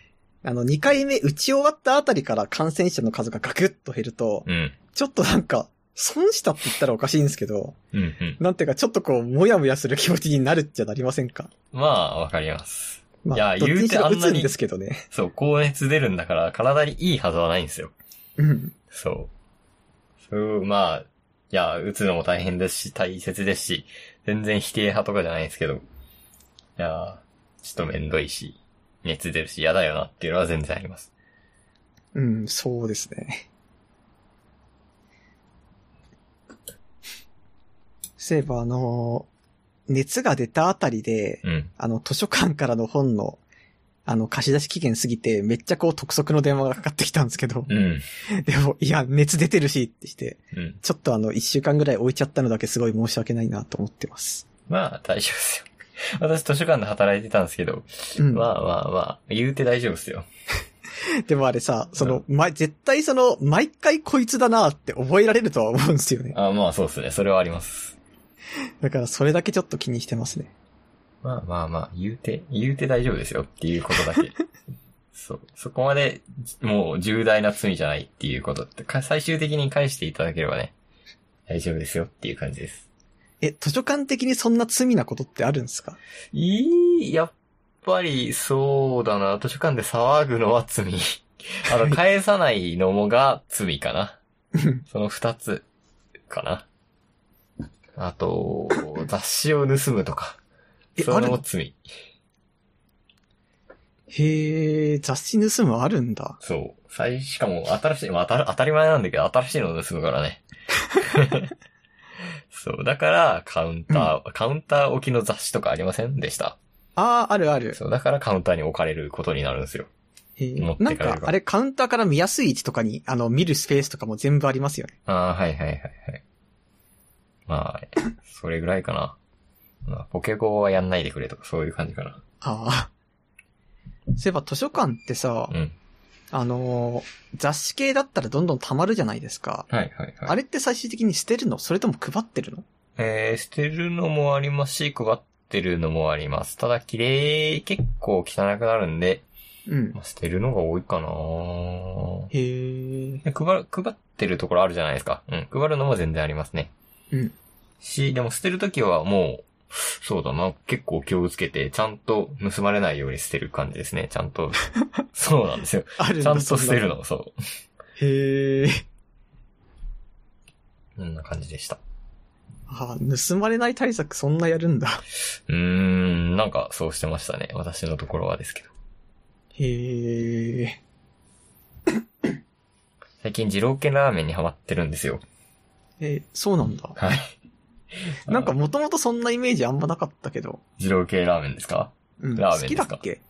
[SPEAKER 1] あの2回目打ち終わったあたりから感染者の数がガクッと減ると、
[SPEAKER 2] うん。
[SPEAKER 1] ちょっとなんか、損したって言ったらおかしいんですけど、
[SPEAKER 2] うん、うん。
[SPEAKER 1] なんていうかちょっとこう、もやもやする気持ちになるっちゃなりませんか
[SPEAKER 2] まあ、わかります。
[SPEAKER 1] ま
[SPEAKER 2] いや
[SPEAKER 1] あ、どっちにしろ打
[SPEAKER 2] 言うてあんな
[SPEAKER 1] つ
[SPEAKER 2] に
[SPEAKER 1] んですけどね。
[SPEAKER 2] そう、高熱出るんだから、体にいいはずはないんですよ。
[SPEAKER 1] うん。
[SPEAKER 2] そう。そう、まあ、いや、打つのも大変ですし、大切ですし、全然否定派とかじゃないんですけど、いやー、ちょっとめんどいし、熱出るし、嫌だよなっていうのは全然あります。
[SPEAKER 1] うん、そうですね。そういえば、あのー熱が出たあたりで、
[SPEAKER 2] うん。
[SPEAKER 1] あの、図書館からの本の、あの、貸し出し期限過ぎて、めっちゃこう、督促の電話がかかってきたんですけど、
[SPEAKER 2] うん。
[SPEAKER 1] でも、いや、熱出てるしってして、
[SPEAKER 2] うん。
[SPEAKER 1] ちょっとあの、一週間ぐらい置いちゃったのだけすごい申し訳ないなと思ってます。
[SPEAKER 2] まあ、大丈夫ですよ。 私、図書館で働いてたんですけど、
[SPEAKER 1] うん。
[SPEAKER 2] まあまあまあ、言うて大丈夫ですよ。
[SPEAKER 1] でもあれさ、その、ま、絶対その、毎回こいつだなって覚えられるとは思うんですよね。
[SPEAKER 2] あまあ、そうですね。それはあります。
[SPEAKER 1] だから、それだけちょっと気にしてますね。
[SPEAKER 2] まあまあまあ、言うて、言うて大丈夫ですよっていうことだ け。そう。そこまで、もう重大な罪じゃないっていうことって、か最終的に返していただければね、大丈夫ですよっていう感じです。
[SPEAKER 1] え、図書館的にそんな罪なことってあるんですか
[SPEAKER 2] いい、やっぱり、そうだな。図書館で騒ぐのは 罪。あの、返さないのもが罪か な。その二つかな。あと、雑誌を盗むとか。
[SPEAKER 1] え、
[SPEAKER 2] そ
[SPEAKER 1] あ
[SPEAKER 2] れ
[SPEAKER 1] る
[SPEAKER 2] も罪。
[SPEAKER 1] へえ、雑誌盗むあるんだ。
[SPEAKER 2] そう。最、しかも、新しい、まあ、当たる当たり前なんだけど、新しいのを盗むからね。 そう。だから、カウンター、カウンター置きの雑誌とかありませんでした。
[SPEAKER 1] ああ、あるある。
[SPEAKER 2] そう。だからカウンターに置かれることになるんですよ。
[SPEAKER 1] へー
[SPEAKER 2] 持ってか
[SPEAKER 1] な
[SPEAKER 2] れ
[SPEAKER 1] ん
[SPEAKER 2] るから
[SPEAKER 1] か、あれ、カウンターから見やすい位置とかに、あの、見るスペースとかも全部ありますよね。
[SPEAKER 2] ああ、はいはいはいはい。まあ、それぐらいかな。まあ、ポケゴーはやんないでくれとか、そういう感じかな。
[SPEAKER 1] ああ。そういえば、図書館ってさ、
[SPEAKER 2] うん。
[SPEAKER 1] あのー雑誌系だったらどんどん溜まるじゃないですか。
[SPEAKER 2] はいはいはい。
[SPEAKER 1] あれって最終的に捨てるのそれとも配ってるの
[SPEAKER 2] えー、捨てるのもありますし、配ってるのもあります。ただ、綺麗、結構汚くなるんで、
[SPEAKER 1] うん
[SPEAKER 2] ま。あ捨てるのが多いかな
[SPEAKER 1] へえ。
[SPEAKER 2] で配る、配ってるところあるじゃないですか。うん。配るのも全然ありますね。
[SPEAKER 1] うん。
[SPEAKER 2] し、でも捨てるときはもう、そうだな。結構気をつけて、ちゃんと盗まれないように捨てる感じですね。ちゃ んと。そうなんですよ。
[SPEAKER 1] あるんだ。
[SPEAKER 2] ちゃんと捨てる
[SPEAKER 1] の。
[SPEAKER 2] の、そ
[SPEAKER 1] へえ。
[SPEAKER 2] う。こんな感じでした。
[SPEAKER 1] ああ、盗まれない対策そんなやるんだ。
[SPEAKER 2] うーん、なんかそうしてましたね。私のところはですけど。
[SPEAKER 1] へえ。
[SPEAKER 2] 最近、二郎系ラーメンにハマってるんですよ。
[SPEAKER 1] え、そうなんだ。
[SPEAKER 2] はい。
[SPEAKER 1] なんかもともとそんなイメージあんまなかったけど。
[SPEAKER 2] 二郎系ラーメンですか
[SPEAKER 1] うん。
[SPEAKER 2] ラーメ
[SPEAKER 1] 好
[SPEAKER 2] ン
[SPEAKER 1] き
[SPEAKER 2] で
[SPEAKER 1] だ
[SPEAKER 2] すか
[SPEAKER 1] っけ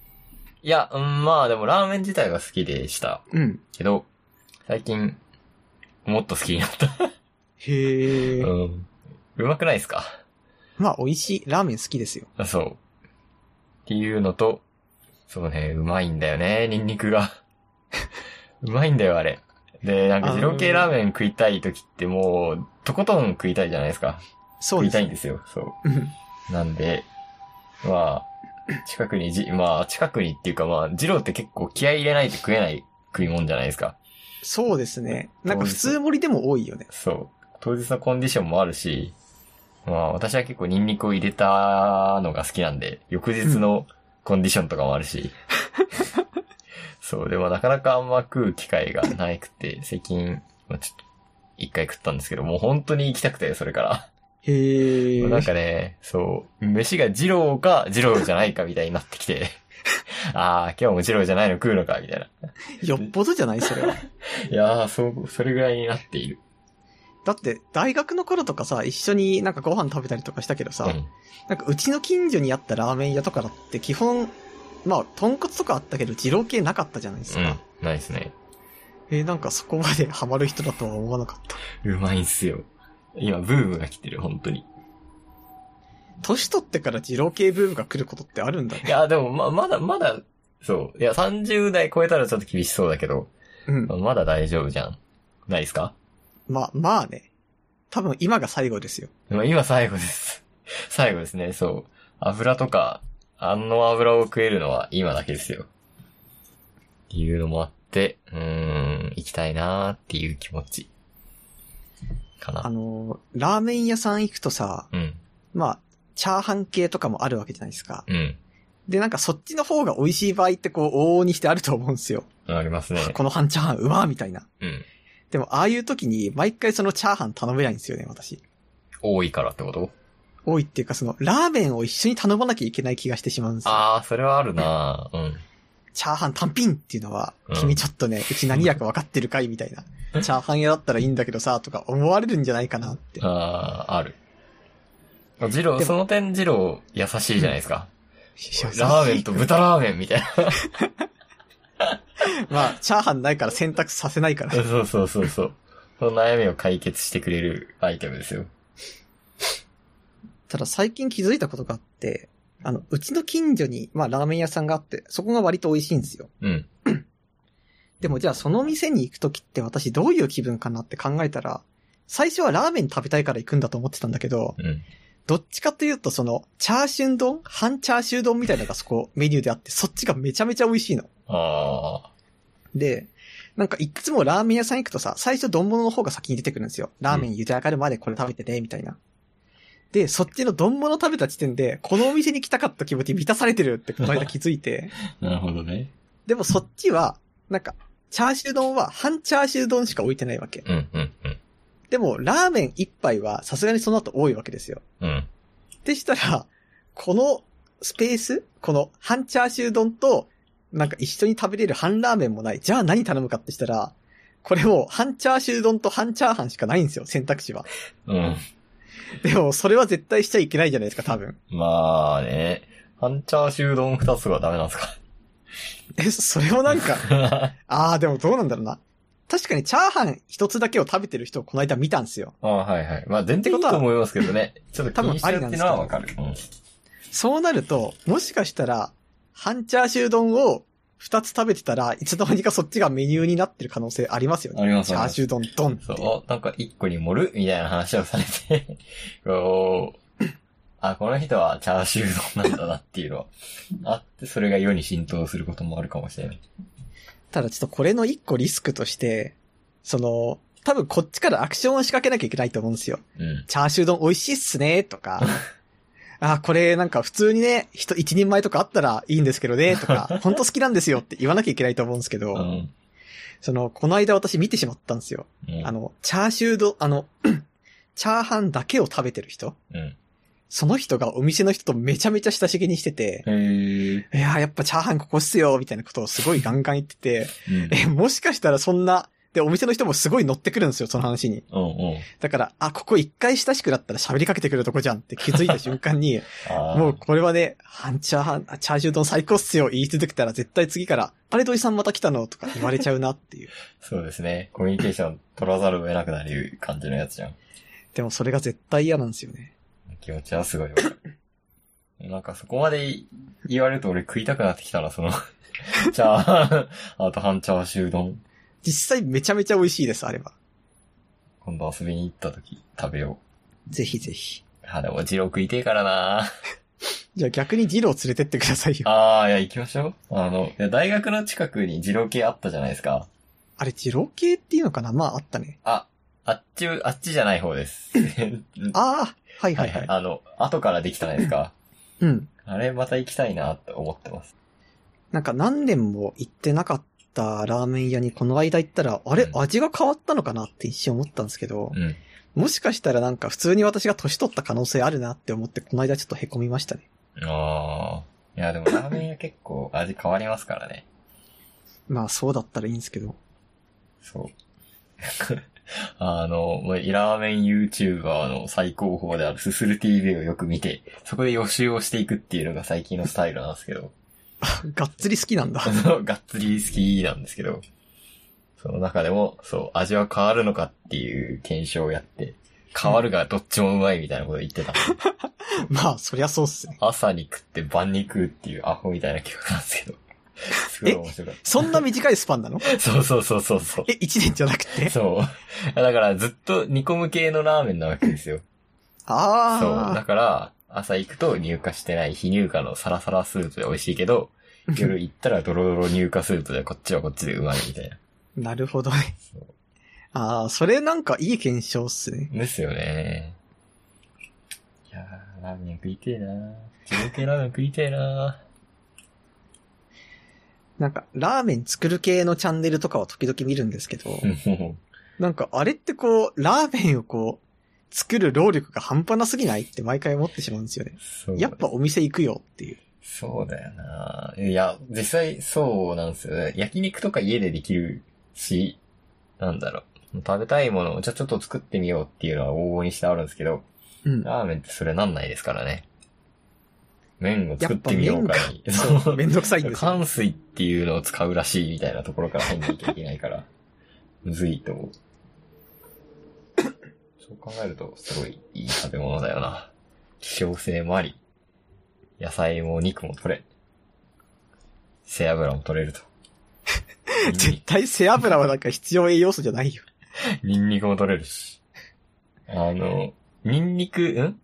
[SPEAKER 2] いや、うん、まあでもラーメン自体が好きでした。
[SPEAKER 1] うん。
[SPEAKER 2] けど、最近、もっと好きになった。
[SPEAKER 1] へえ。
[SPEAKER 2] うん。うまくないですか
[SPEAKER 1] まあ、美味しい。ラーメン好きですよ。
[SPEAKER 2] あそう。っていうのと、そうね、うまいんだよね、ニンニクが。 うまいんだよ、あれ。で、なんか、二郎系ラーメン食いたい時ってもう、とことん食いたいじゃないですか。
[SPEAKER 1] そう
[SPEAKER 2] 食
[SPEAKER 1] で
[SPEAKER 2] い
[SPEAKER 1] す
[SPEAKER 2] たい
[SPEAKER 1] ね。
[SPEAKER 2] んですよ、そ
[SPEAKER 1] うん。
[SPEAKER 2] う。なんで、まあ、近くにじ、まあ、近くにっていうかまあ、二郎って結構気合い入れないと食えない食い物じゃないですか。
[SPEAKER 1] そうですね。なんか普
[SPEAKER 2] そうです
[SPEAKER 1] 通盛りでも多いよね。
[SPEAKER 2] そう。当日のコンディションもあるし、まあ私は結構ニンニクを入れたのが好きなんで、翌日のコンディションとかもあるし。 そう、でもなかなかあんま食う機会がなくて、最近、まあ、ちょっと、一回食ったんですけど、もう本当に行きたくて、それから。
[SPEAKER 1] へえ。
[SPEAKER 2] なんかね、そう、飯が二郎か二郎じゃないかみたいになってき て、ああ、今日も二郎じゃないの食うのか、みたいな。
[SPEAKER 1] よっぽどじゃないそれは。
[SPEAKER 2] いやー、そう、それぐらいになっている。
[SPEAKER 1] だって、大学の頃とかさ、一緒になんかご飯食べたりとかしたけどさ、
[SPEAKER 2] うん。
[SPEAKER 1] なんかうちの近所にあったラーメン屋とかだって基本、まあ、豚骨とかあったけど、二郎系なかったじゃないです
[SPEAKER 2] う
[SPEAKER 1] か。
[SPEAKER 2] ん。ないですね。
[SPEAKER 1] えーなんかそこまでハマる人だとは思わなかった。
[SPEAKER 2] うまいっすよ。今、ブームが来てる、本当に。
[SPEAKER 1] 年取ってから二郎系ブームが来ることってあるんだ
[SPEAKER 2] い
[SPEAKER 1] ね。
[SPEAKER 2] や、でも、ま、まだ、まだ、そう。いや、30代超えたらちょっと厳しそうだけど、
[SPEAKER 1] うん。
[SPEAKER 2] まだ大丈夫じゃん。ないですか
[SPEAKER 1] まあ、まあね。多分今が最後ですよ。
[SPEAKER 2] まあ今最後です。 最後ですね、そう。油とか、あの油を食えるのは今だけですよ。っていうのもあって、うーん、行きたいなーっていう気持ち。か
[SPEAKER 1] あ
[SPEAKER 2] な。
[SPEAKER 1] のーラーメン屋さん行くとさ、
[SPEAKER 2] うん、
[SPEAKER 1] まあ、チャーハン系とかもあるわけじゃないですか。
[SPEAKER 2] うん。
[SPEAKER 1] で、なんかそっちの方が美味しい場合ってこう、往々にしてあると思うんですよ。
[SPEAKER 2] ありますね。
[SPEAKER 1] この半チャーハンうまーみたいな。
[SPEAKER 2] うん。
[SPEAKER 1] でも、ああいう時に、毎回そのチャーハン頼めないんですよね、私。
[SPEAKER 2] 多いからってこと
[SPEAKER 1] 多いっていうか、その、ラーメンを一緒に頼まなきゃいけない気がしてしまうんですよ。
[SPEAKER 2] あー、それはあるなーうん。
[SPEAKER 1] チャーハン単品っていうのは、
[SPEAKER 2] うん
[SPEAKER 1] 君ちょっとね、うち何やか分かってるかいみたい な。チャーハン屋だったらいいんだけどさ、とか思われるんじゃないかなって。
[SPEAKER 2] あー、ある。ジロー、
[SPEAKER 1] でも
[SPEAKER 2] その点ジロー優しいじゃないですか。ラ
[SPEAKER 1] ラ
[SPEAKER 2] ーメンと豚ラーメンみたいな。
[SPEAKER 1] まあ、チャーハンないから選択させないから。
[SPEAKER 2] そうそうそうそう。その悩みを解決してくれるアイテムですよ。
[SPEAKER 1] ただ最近気づいたことがあって、あの、うちの近所に、まあ、ラーメン屋さんがあって、そこが割と美味しいんですよ。
[SPEAKER 2] うん。
[SPEAKER 1] でもじゃあその店に行くときって私どういう気分かなって考えたら、最初はラーメン食べたいから行くんだと思ってたんだけど、
[SPEAKER 2] うん。
[SPEAKER 1] どっちかというとその、チャーシュー丼半チャーシュー丼みたいなのがそこメニューであって、そっちがめちゃめちゃ美味しいの。
[SPEAKER 2] ああ。
[SPEAKER 1] で、なんかいくつもラーメン屋さん行くとさ、最初丼物の方が先に出てくるんですよ。ラーメン茹で上がるまでこれ食べてね、みたいな。で、そっちの丼物食べた時点で、このお店に来たかった気持ち満たされてるってこの間気づいて、
[SPEAKER 2] なるほどね。
[SPEAKER 1] でもそっちは、なんか、チャーシュー丼は半チャーシュー丼しか置いてないわけ。
[SPEAKER 2] うんうんうん。
[SPEAKER 1] でも、ラーメン一杯はさすがにその後多いわけですよ。
[SPEAKER 2] うん。
[SPEAKER 1] でしたら、このスペース、この半チャーシュー丼と、なんか一緒に食べれる半ラーメンもない。じゃあ何頼むかってしたら、これもう半チャーシュー丼と半チャーハンしかないんですよ、選択肢は。
[SPEAKER 2] うん。
[SPEAKER 1] でも、それは絶対しちゃいけないじゃないですか、多分。
[SPEAKER 2] まあね。半チャーシュー丼二つがダメなんです か
[SPEAKER 1] え、それもなんか、
[SPEAKER 2] あ
[SPEAKER 1] あーでもどうなんだろうな。確かにチャーハン一つだけを食べてる人をこの間見たんですよ。
[SPEAKER 2] あはいはい。まあ全体いいと思いますけどね。ちょっと気にしちゃうっていうのはわかる。うん。
[SPEAKER 1] そうなると、もしかしたら、半チャーシュー丼を二つ食べてたら、いつの間にかそっちがメニューになってる可能性ありますよね。
[SPEAKER 2] あります
[SPEAKER 1] チャーシュー丼ドンって
[SPEAKER 2] そう、おなんか一個に盛るみたいな話をされて、 こう、あ、この人はチャーシュー丼なんだなっていうの は、あって、それが世に浸透することもあるかもしれない。
[SPEAKER 1] ただちょっとこれの一個リスクとして、その、多分こっちからアクションを仕掛けなきゃいけないと思うんですよ。
[SPEAKER 2] うん。
[SPEAKER 1] チャーシュー丼美味しいっすね、と か。あ、これなんか普通にね、人一人前とかあったらいいんですけどね、と か、ほんと好きなんですよって言わなきゃいけないと思うんですけど、
[SPEAKER 2] うん。
[SPEAKER 1] その、この間私見てしまったんですよ。
[SPEAKER 2] うん
[SPEAKER 1] あの、チャーシュー丼、あの、 チャーハンだけを食べてる人
[SPEAKER 2] うん。
[SPEAKER 1] その人がお店の人とめちゃめちゃ親しげにしてて、
[SPEAKER 2] へえ。
[SPEAKER 1] いやーやっぱチャーハンここっすよ、みたいなことをすごいガンガン言ってて、
[SPEAKER 2] うん。
[SPEAKER 1] え、もしかしたらそんな、で、お店の人もすごい乗ってくるんですよ、その話に。
[SPEAKER 2] うんうん。
[SPEAKER 1] だから、あ、ここ一回親しくなったら喋りかけてくるとこじゃんって気づいた瞬間に、
[SPEAKER 2] あー
[SPEAKER 1] もうこれはね、半チャーハン、あチャーシュー丼最高っすよ、言い続けたら絶対次から、あれ、土井さんまた来たのとか言われちゃうなっていう。
[SPEAKER 2] そうですね。コミュニケーション取らざるを得なくなる感じのやつじゃん。
[SPEAKER 1] でもそれが絶対嫌なんですよね。
[SPEAKER 2] 気持ちはすご いわかる。なんかそこまで言われると俺食いたくなってきたな、その。チャーハン、あと半チャーシュー丼。
[SPEAKER 1] 実際めちゃめちゃ美味しいです、あれは。
[SPEAKER 2] 今度遊びに行った時食べよ
[SPEAKER 1] ぜひぜひ。
[SPEAKER 2] う。あ、でも二郎食いてえからな
[SPEAKER 1] じゃあ逆にジロを連れてってくださいよ。あ
[SPEAKER 2] ああ、いや行きましょう。あの、いや大学の近くに二郎系あったじゃないですか。
[SPEAKER 1] れ、ジロ系っていうのかなまああったね。
[SPEAKER 2] あ、あっち、あっちじゃない方です。
[SPEAKER 1] ああ、はい
[SPEAKER 2] は
[SPEAKER 1] はいい
[SPEAKER 2] は。
[SPEAKER 1] はいい。
[SPEAKER 2] あの、後からできたじゃないですか。
[SPEAKER 1] うん。
[SPEAKER 2] あれまた行きたいなと思ってます。
[SPEAKER 1] なんか何年も行ってなかったラーメン屋にこの間行ったら、あれ
[SPEAKER 2] うん
[SPEAKER 1] 味が変わったのかなって一瞬思ったんですけど、
[SPEAKER 2] うん。
[SPEAKER 1] もしかしたらなんか普通に私が年取った可能性あるなって思って、この間ちょっと凹みましたね。
[SPEAKER 2] ああ。いや、でもラーメン屋結構味変わりますからね。
[SPEAKER 1] まあそうだったらいいんですけど。
[SPEAKER 2] そう。 あの、もうラーメン YouTuber の最高峰であるすする TV をよく見て、そこで予習をしていくっていうのが最近のスタイルなんですけど、
[SPEAKER 1] がっつり好きなんだ
[SPEAKER 2] あ。の、がっつり好きなんですけど、その中でも、そう、味は変わるのかっていう検証をやって、変わるがどっちもうまいみたいなこと言ってた。
[SPEAKER 1] まあ、そりゃそうっすね。
[SPEAKER 2] 朝に食って晩に食うっていうアホみたいな企画なんですけど、すごい面白かっ
[SPEAKER 1] そんな短いスパンなの
[SPEAKER 2] た。そうそうそうそうそう。
[SPEAKER 1] え、一年じゃなくて
[SPEAKER 2] そう。だからずっと煮込む系のラーメンなわけですよ。そう。だ
[SPEAKER 1] あ
[SPEAKER 2] から、朝行くと乳化してない非乳化のサラサラスープで美味しいけ ど、
[SPEAKER 1] あ。
[SPEAKER 2] 夜行ったらドロドロ乳化スープでこっちはこっちでうまいみたいな。
[SPEAKER 1] なるほどね
[SPEAKER 2] そう。
[SPEAKER 1] ああ、それなんかいい検証っすね。
[SPEAKER 2] ですよね。いやー、ラーメン食いてえなー。自分系ラーメン食いてえな
[SPEAKER 1] なんか、ラーメン作る系のチャンネルとかは時々見るんですけど、
[SPEAKER 2] ー。 も
[SPEAKER 1] なんかあれってこう、ラーメンをこう、作る労力が半端なすぎないって毎回思ってしまうんですよね
[SPEAKER 2] う。そう。
[SPEAKER 1] やっぱお店行くよっていう。
[SPEAKER 2] そうだよな。いや、実際そうなんですよね。焼肉とか家でできるし、なんだろう。食べたいものを、じゃあちょっと作ってみようっていうのは往々にしてあるんですけど、
[SPEAKER 1] うん。
[SPEAKER 2] ラーメンってそれなんないですからね。麺を
[SPEAKER 1] や
[SPEAKER 2] 作
[SPEAKER 1] っ
[SPEAKER 2] っ
[SPEAKER 1] ぱ
[SPEAKER 2] てみよう
[SPEAKER 1] 麺
[SPEAKER 2] か
[SPEAKER 1] が
[SPEAKER 2] に、。 そ
[SPEAKER 1] そう、
[SPEAKER 2] う
[SPEAKER 1] めんどくさいんですよ。
[SPEAKER 2] 関水っていうのを使うらしいみたいなところから入んなきゃいけないから、 むずいと思う。そう考えると、すごいいい食べ物だよな。希少性もあり、野菜も肉も取れ、背脂も 取れると。ニン
[SPEAKER 1] 絶
[SPEAKER 2] ニ
[SPEAKER 1] 対背脂はなんか必要栄養素じゃないよ。
[SPEAKER 2] クニンニクも取れるし。あの、ニンニク、ん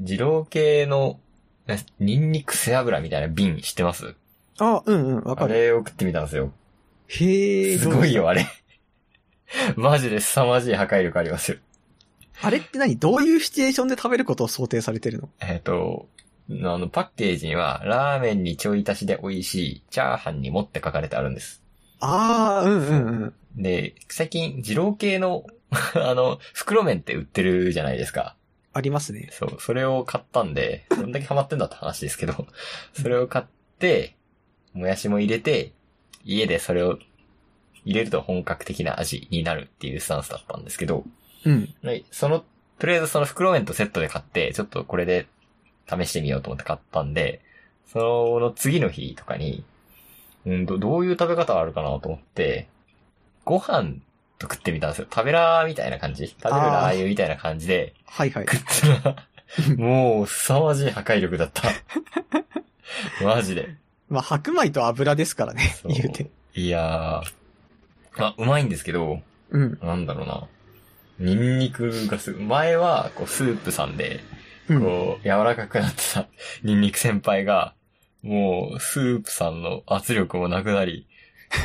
[SPEAKER 2] 二郎系の、なニンニク背脂みたいな瓶知ってます
[SPEAKER 1] ああ、うんうん、わ
[SPEAKER 2] あ
[SPEAKER 1] かる。
[SPEAKER 2] れを食ってみたんですよ。
[SPEAKER 1] へえ、
[SPEAKER 2] す
[SPEAKER 1] どう
[SPEAKER 2] ごいよ、あれ。 マジで凄まじい破壊力ありますよ。
[SPEAKER 1] あれって何どういうシチュエーションで食べることを想定されてるの
[SPEAKER 2] えっ、と、あの、パッケージには、ラーメンにちょい足しで美味しい、チャーハンにもって書かれてあるんです。
[SPEAKER 1] ああ、うんうんうん。
[SPEAKER 2] で、最近、二郎系の、 あの、袋麺って売ってるじゃないですか。
[SPEAKER 1] ありますね。
[SPEAKER 2] そう、それを買ったんで、どんだけハマってんだって話ですけど、それを買って、もやしも入れて、家でそれを入れると本格的な味になるっていうスタンスだったんですけど、
[SPEAKER 1] うん。
[SPEAKER 2] はい、その、とりあえずその袋麺とセットで買って、ちょっとこれで試してみようと思って買ったんで、その次の日とかに、うん、どどういう食べ方あるかなと思って、ご飯と食ってみたんですよ。食べらーみたいな感じ。食べるラー油みたいな感じで
[SPEAKER 1] はいはい。
[SPEAKER 2] 食ったら、もう凄まじい破壊力 だった。マジで。
[SPEAKER 1] まあ、白米と油ですからね、
[SPEAKER 2] そう
[SPEAKER 1] 言うて。
[SPEAKER 2] いやー、まあ、うまいんですけど、
[SPEAKER 1] うん。
[SPEAKER 2] なんだろうな。ニンニクがすごい前は、こう、スープさんで、
[SPEAKER 1] うん。
[SPEAKER 2] こう、柔らかくなってた、ニンニク先輩が、もう、スープさんの圧力もなくなり、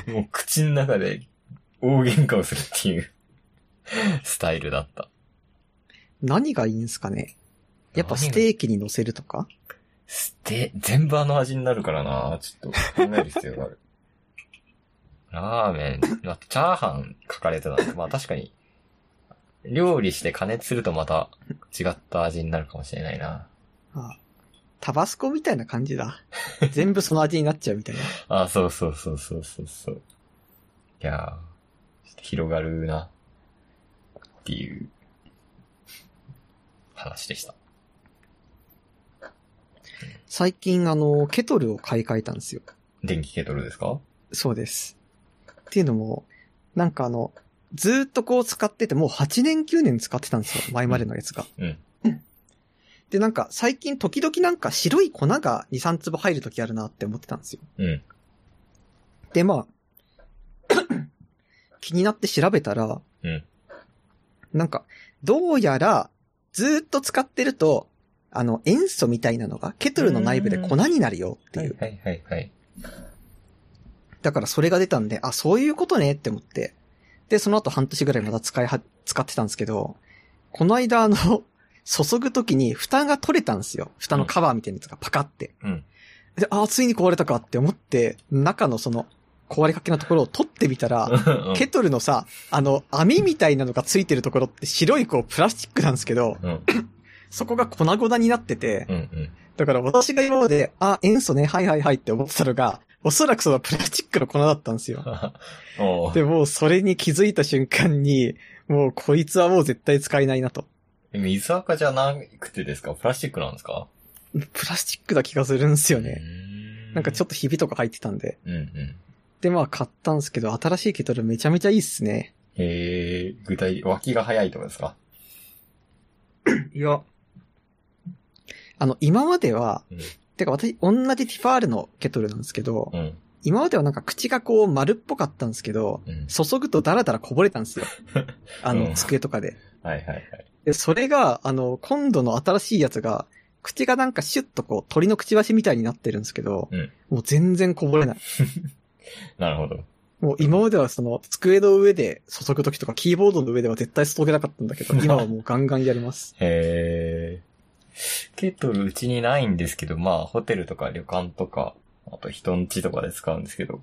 [SPEAKER 2] もう口の中で大喧嘩をするっていう、スタイルだった。
[SPEAKER 1] 何がいいんすかねやっぱステーキに乗せるとか
[SPEAKER 2] ステ、全部あの味になるからなちょっと考える必要がある。 ラーメン、まあ、チャーハン書かれてたんで、まあ確かに、料理して加熱するとまた違った味になるかもしれないな。
[SPEAKER 1] ああタバスコみたいな感じだ。全部その味になっちゃうみたいな。
[SPEAKER 2] あ、そうそうそうそうそうそう。いやー、ちょっと広がるな、っていう、話でした。
[SPEAKER 1] 最近、あの、ケトルを買い替えたんですよ。
[SPEAKER 2] 電気ケトルですか
[SPEAKER 1] そうです。っていうのも、なんかあの、ずーっとこう使ってて、もう8年9年使ってたんですよ。前までのやつが。
[SPEAKER 2] うん。
[SPEAKER 1] で、なんか最近時々なんか白い粉が2、3粒入るときあるなって思ってたんですよ。
[SPEAKER 2] うん。
[SPEAKER 1] で、まあ、 気になって調べたら、
[SPEAKER 2] うん
[SPEAKER 1] なんか、どうやら、ずーっと使ってると、あの、塩素みたいなのが、ケトルの内部で粉になるよって。
[SPEAKER 2] はいいうはいはいはい。
[SPEAKER 1] だからそれが出たんで、あ、そういうことねって思って。で、その後半年ぐらいまた使いは、使ってたんですけど、この間あの、 注ぐときに蓋が取れたんですよ。蓋のカバーみたいなやつがパカって。
[SPEAKER 2] うん。
[SPEAKER 1] で、あー、ついに壊れたかって思って、中のその、壊れかけのところを取ってみた ら、ケトルのさ、あの、網みたいなのがついてるところって白いこうプラスチックなんですけど、
[SPEAKER 2] うん。
[SPEAKER 1] そこが粉々になってて
[SPEAKER 2] う、んうん。
[SPEAKER 1] だから私が今まで、あ、塩素ね、はいはいはいって思ってたのが、おそらくそのプラスチックの粉だったんですよ。
[SPEAKER 2] おー
[SPEAKER 1] でも、それに気づいた瞬間に、もうこいつはもう絶対使えないなと。
[SPEAKER 2] 水垢じゃなくてですかプラスチックなんですか
[SPEAKER 1] プラスチックな気がするんですよね。。なんかちょっ
[SPEAKER 2] っ
[SPEAKER 1] とひびとか入ってたんで。
[SPEAKER 2] と。うんうん。
[SPEAKER 1] で、まあ買ったんですけど、新しいケトルめちゃめちゃいいっすね。
[SPEAKER 2] えー、具体、脇が早いとかですか
[SPEAKER 1] いや。あの、今までは、
[SPEAKER 2] うん
[SPEAKER 1] てか私、同じティファールのケトルなんですけど、
[SPEAKER 2] うん。
[SPEAKER 1] 今まではなんか口がこう丸っぽかったんですけど、
[SPEAKER 2] うん。
[SPEAKER 1] 注ぐとダラダラこぼれたん ですよ。あ
[SPEAKER 2] う
[SPEAKER 1] の、
[SPEAKER 2] ん
[SPEAKER 1] 机とかで。
[SPEAKER 2] はいはいはい。
[SPEAKER 1] で、それが、あの、今度の新しいやつが、口がなんかシュッとこう、鳥のくちばしみたいになってるんですけど、
[SPEAKER 2] うん
[SPEAKER 1] もう全然こぼれない。
[SPEAKER 2] なるほど。
[SPEAKER 1] もう今まではその、机の上で注ぐときとか、キーボードの上では絶対注げなかったんだけど、今はもうガンガンやります。
[SPEAKER 2] へー。ケトルうちにないんですけど、まあ、ホテルとか旅館とか、あと人ん家とかで使うんですけど、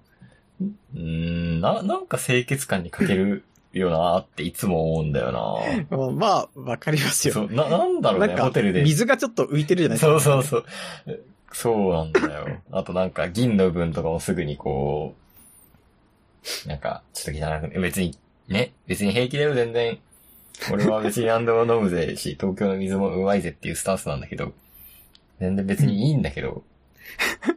[SPEAKER 2] んうーん、な、なんか清潔感に欠けるよなーっていつも思うんだ よな
[SPEAKER 1] まあまあ、わかりますよ。
[SPEAKER 2] そう、な、なんだろう
[SPEAKER 1] な
[SPEAKER 2] ね、
[SPEAKER 1] んか
[SPEAKER 2] ホテルで。
[SPEAKER 1] 水がちょっと浮いてるじゃないですか。
[SPEAKER 2] そうそうそう。そうなんだよ。あとなんか、銀の分とかもすぐにこう、なんか、ちょっと汚くね、別に、ね、別に平気だよ、全然。俺は別に何でも飲むぜし、東京の水もうまいぜっていうスタンスなんだけど、全然別にいいんだけど、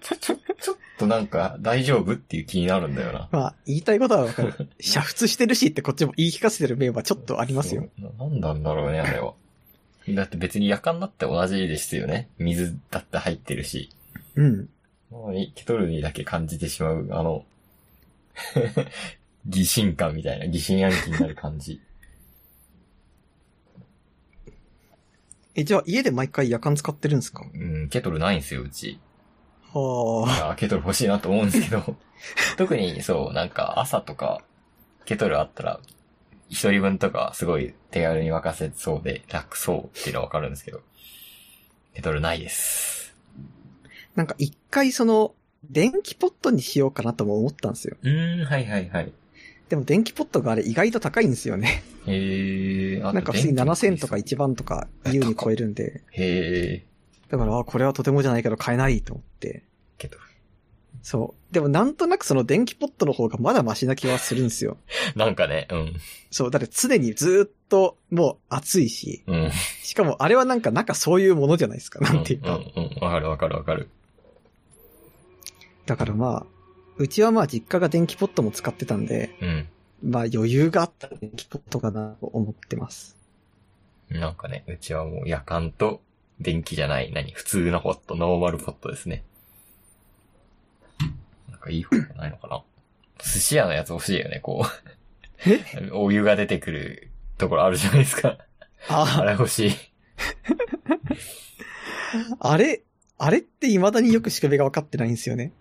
[SPEAKER 2] ちょ、ちょ、ちょっとなんか、大丈夫っていう気になるんだよな。
[SPEAKER 1] まあ、言いたいことはわか る。煮沸してるしってこっちも言い聞かせてる面はちょっとありますよ。
[SPEAKER 2] そう。ななんなんだろうね、あれは。だって別に夜間だって同じですよね。水だって入ってるし。
[SPEAKER 1] うん。
[SPEAKER 2] なのに、ケトルにだけ感じてしまう、あの、 疑心感みたいな、疑心暗鬼になる感じ。
[SPEAKER 1] え、じゃあ家で毎回夜間使ってるんですか
[SPEAKER 2] うん、ケトルないんですよ、うち。
[SPEAKER 1] はあ。
[SPEAKER 2] あケトル欲しいなと思うんですけど、 特にそう、なんか朝とか、ケトルあったら、一人分とかすごい手軽に沸かせそうで楽そうっていうのはわかるんですけど、ケトルないです。
[SPEAKER 1] なんか一回その、電気ポットにしようかなとも思ったんですよ。
[SPEAKER 2] うーん、はいはいはい。
[SPEAKER 1] でも電気ポットがあれ意外と高いんですよね。
[SPEAKER 2] へー、あ
[SPEAKER 1] なんか普通に7000とか1万とか優に超えるんで。
[SPEAKER 2] へー、
[SPEAKER 1] だから、あこれはとてもじゃないけど買えないと思って。
[SPEAKER 2] ケトル。
[SPEAKER 1] そう。でもなんとなくその電気ポットの方がまだマシな気はするんですよ。
[SPEAKER 2] なんかね、うん、
[SPEAKER 1] そう。だって常にずーっともう暑いし、
[SPEAKER 2] うん。
[SPEAKER 1] しかもあれはなんか中そういうものじゃないですか。なんていうか。
[SPEAKER 2] んうんうん、わかるわかるわかる。
[SPEAKER 1] だからまあ、うちはまあ実家が電気ポットも使ってたんで、
[SPEAKER 2] うん。
[SPEAKER 1] まあ余裕があったら電気ポットかなと思ってます。
[SPEAKER 2] なんかね、うちはもう夜間と電気じゃない、何、普通のポット、ノーマルポットですね。なんかいい方法ないのかな寿司屋のやつ欲しいよね、こ
[SPEAKER 1] え
[SPEAKER 2] う。お湯が出てくるところあるじゃないですか。あ
[SPEAKER 1] あ、
[SPEAKER 2] れ欲しい。
[SPEAKER 1] あれ、あれって未だによく仕組みが分かってないんですよね。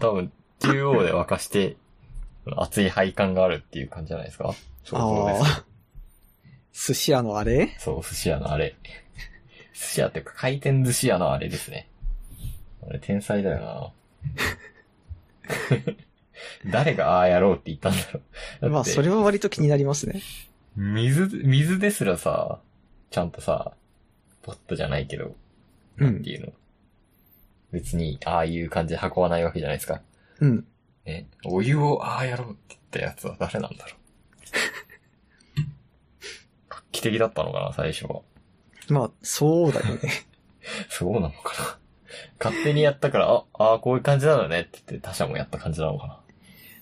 [SPEAKER 2] 多分、中央で沸かして、熱い配管があるっていう感じじゃないですかそうそうです。
[SPEAKER 1] ああ。寿司屋のあれ
[SPEAKER 2] そう、寿司屋のあれ。寿司屋っていうか回転寿司屋のあれですね。あれ天才だよな 誰がああやろうって言ったんだろ
[SPEAKER 1] ま
[SPEAKER 2] う。だ
[SPEAKER 1] あ
[SPEAKER 2] って、
[SPEAKER 1] それは割と気になりますね。
[SPEAKER 2] 水、水ですらさ、ちゃんとさ、ポットじゃないけど、
[SPEAKER 1] う
[SPEAKER 2] っ
[SPEAKER 1] ん
[SPEAKER 2] て。いうの。別に、ああいう感じで運ばないわけじゃないですか。
[SPEAKER 1] うん。
[SPEAKER 2] え、お湯をああやろうって言ったやつは誰なん だろう。画期的だったのかな、最初は。
[SPEAKER 1] まあ、そうだよね。
[SPEAKER 2] そうなのかな勝手にやったから、あ、あーこういう感じなのねって言って他社もやった感じなのか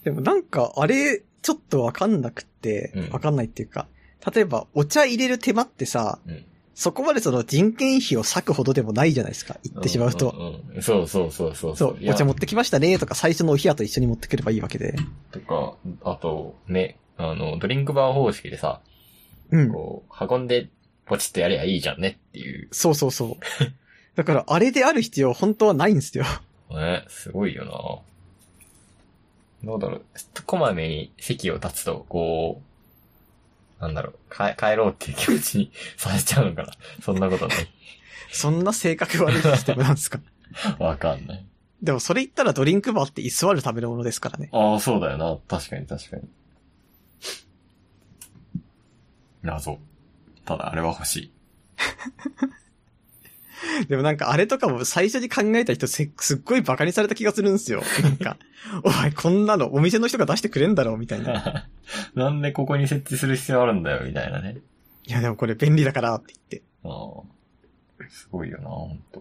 [SPEAKER 1] でもなんか、あれ、ちょっとわかんなくって
[SPEAKER 2] うん、
[SPEAKER 1] わかんないっていうか、例えばお茶入れる手間ってさ、
[SPEAKER 2] なうん。
[SPEAKER 1] そこまでその人件費を割くほどでもないじゃないですか、言ってしまうと。
[SPEAKER 2] んうんうんそうそうそうそう
[SPEAKER 1] そう、
[SPEAKER 2] いや
[SPEAKER 1] お茶持ってきましたねとか、最初のお冷やと一緒に持ってくればいいわけで。
[SPEAKER 2] とか、あと、ね、あの、ドリンクバー方式でさ、
[SPEAKER 1] うん。
[SPEAKER 2] こう、運んで、ポチッとやりゃいいじゃんねっていう。
[SPEAKER 1] そうそうそう。だから、あれである必要、本当はないん ですよ。
[SPEAKER 2] ね、すごいよなどうだろう。ちょっとこまめに席を立つと、こう、なんだろう、か帰ろうっていう気持ちにさせちゃうのかな。そんなことない。
[SPEAKER 1] そんな性格悪いシステムなんですか。
[SPEAKER 2] わかんない。
[SPEAKER 1] でも、それ言ったらドリンクバーって居座るためのものですからね。
[SPEAKER 2] ああ、そうだよな。確かに確かに。謎。ただあれは欲しい。
[SPEAKER 1] でもなんかあれとかも最初に考えた人せすっごい馬鹿にされた気がするんですよ。なん か、お前こんなのお店の人が出してくれんだろうみたいな。
[SPEAKER 2] なんでここに設置する必要あるんだよ、みたいなね。
[SPEAKER 1] いやでもこれ便利だからって言って。
[SPEAKER 2] ああすごいよな、ほんと。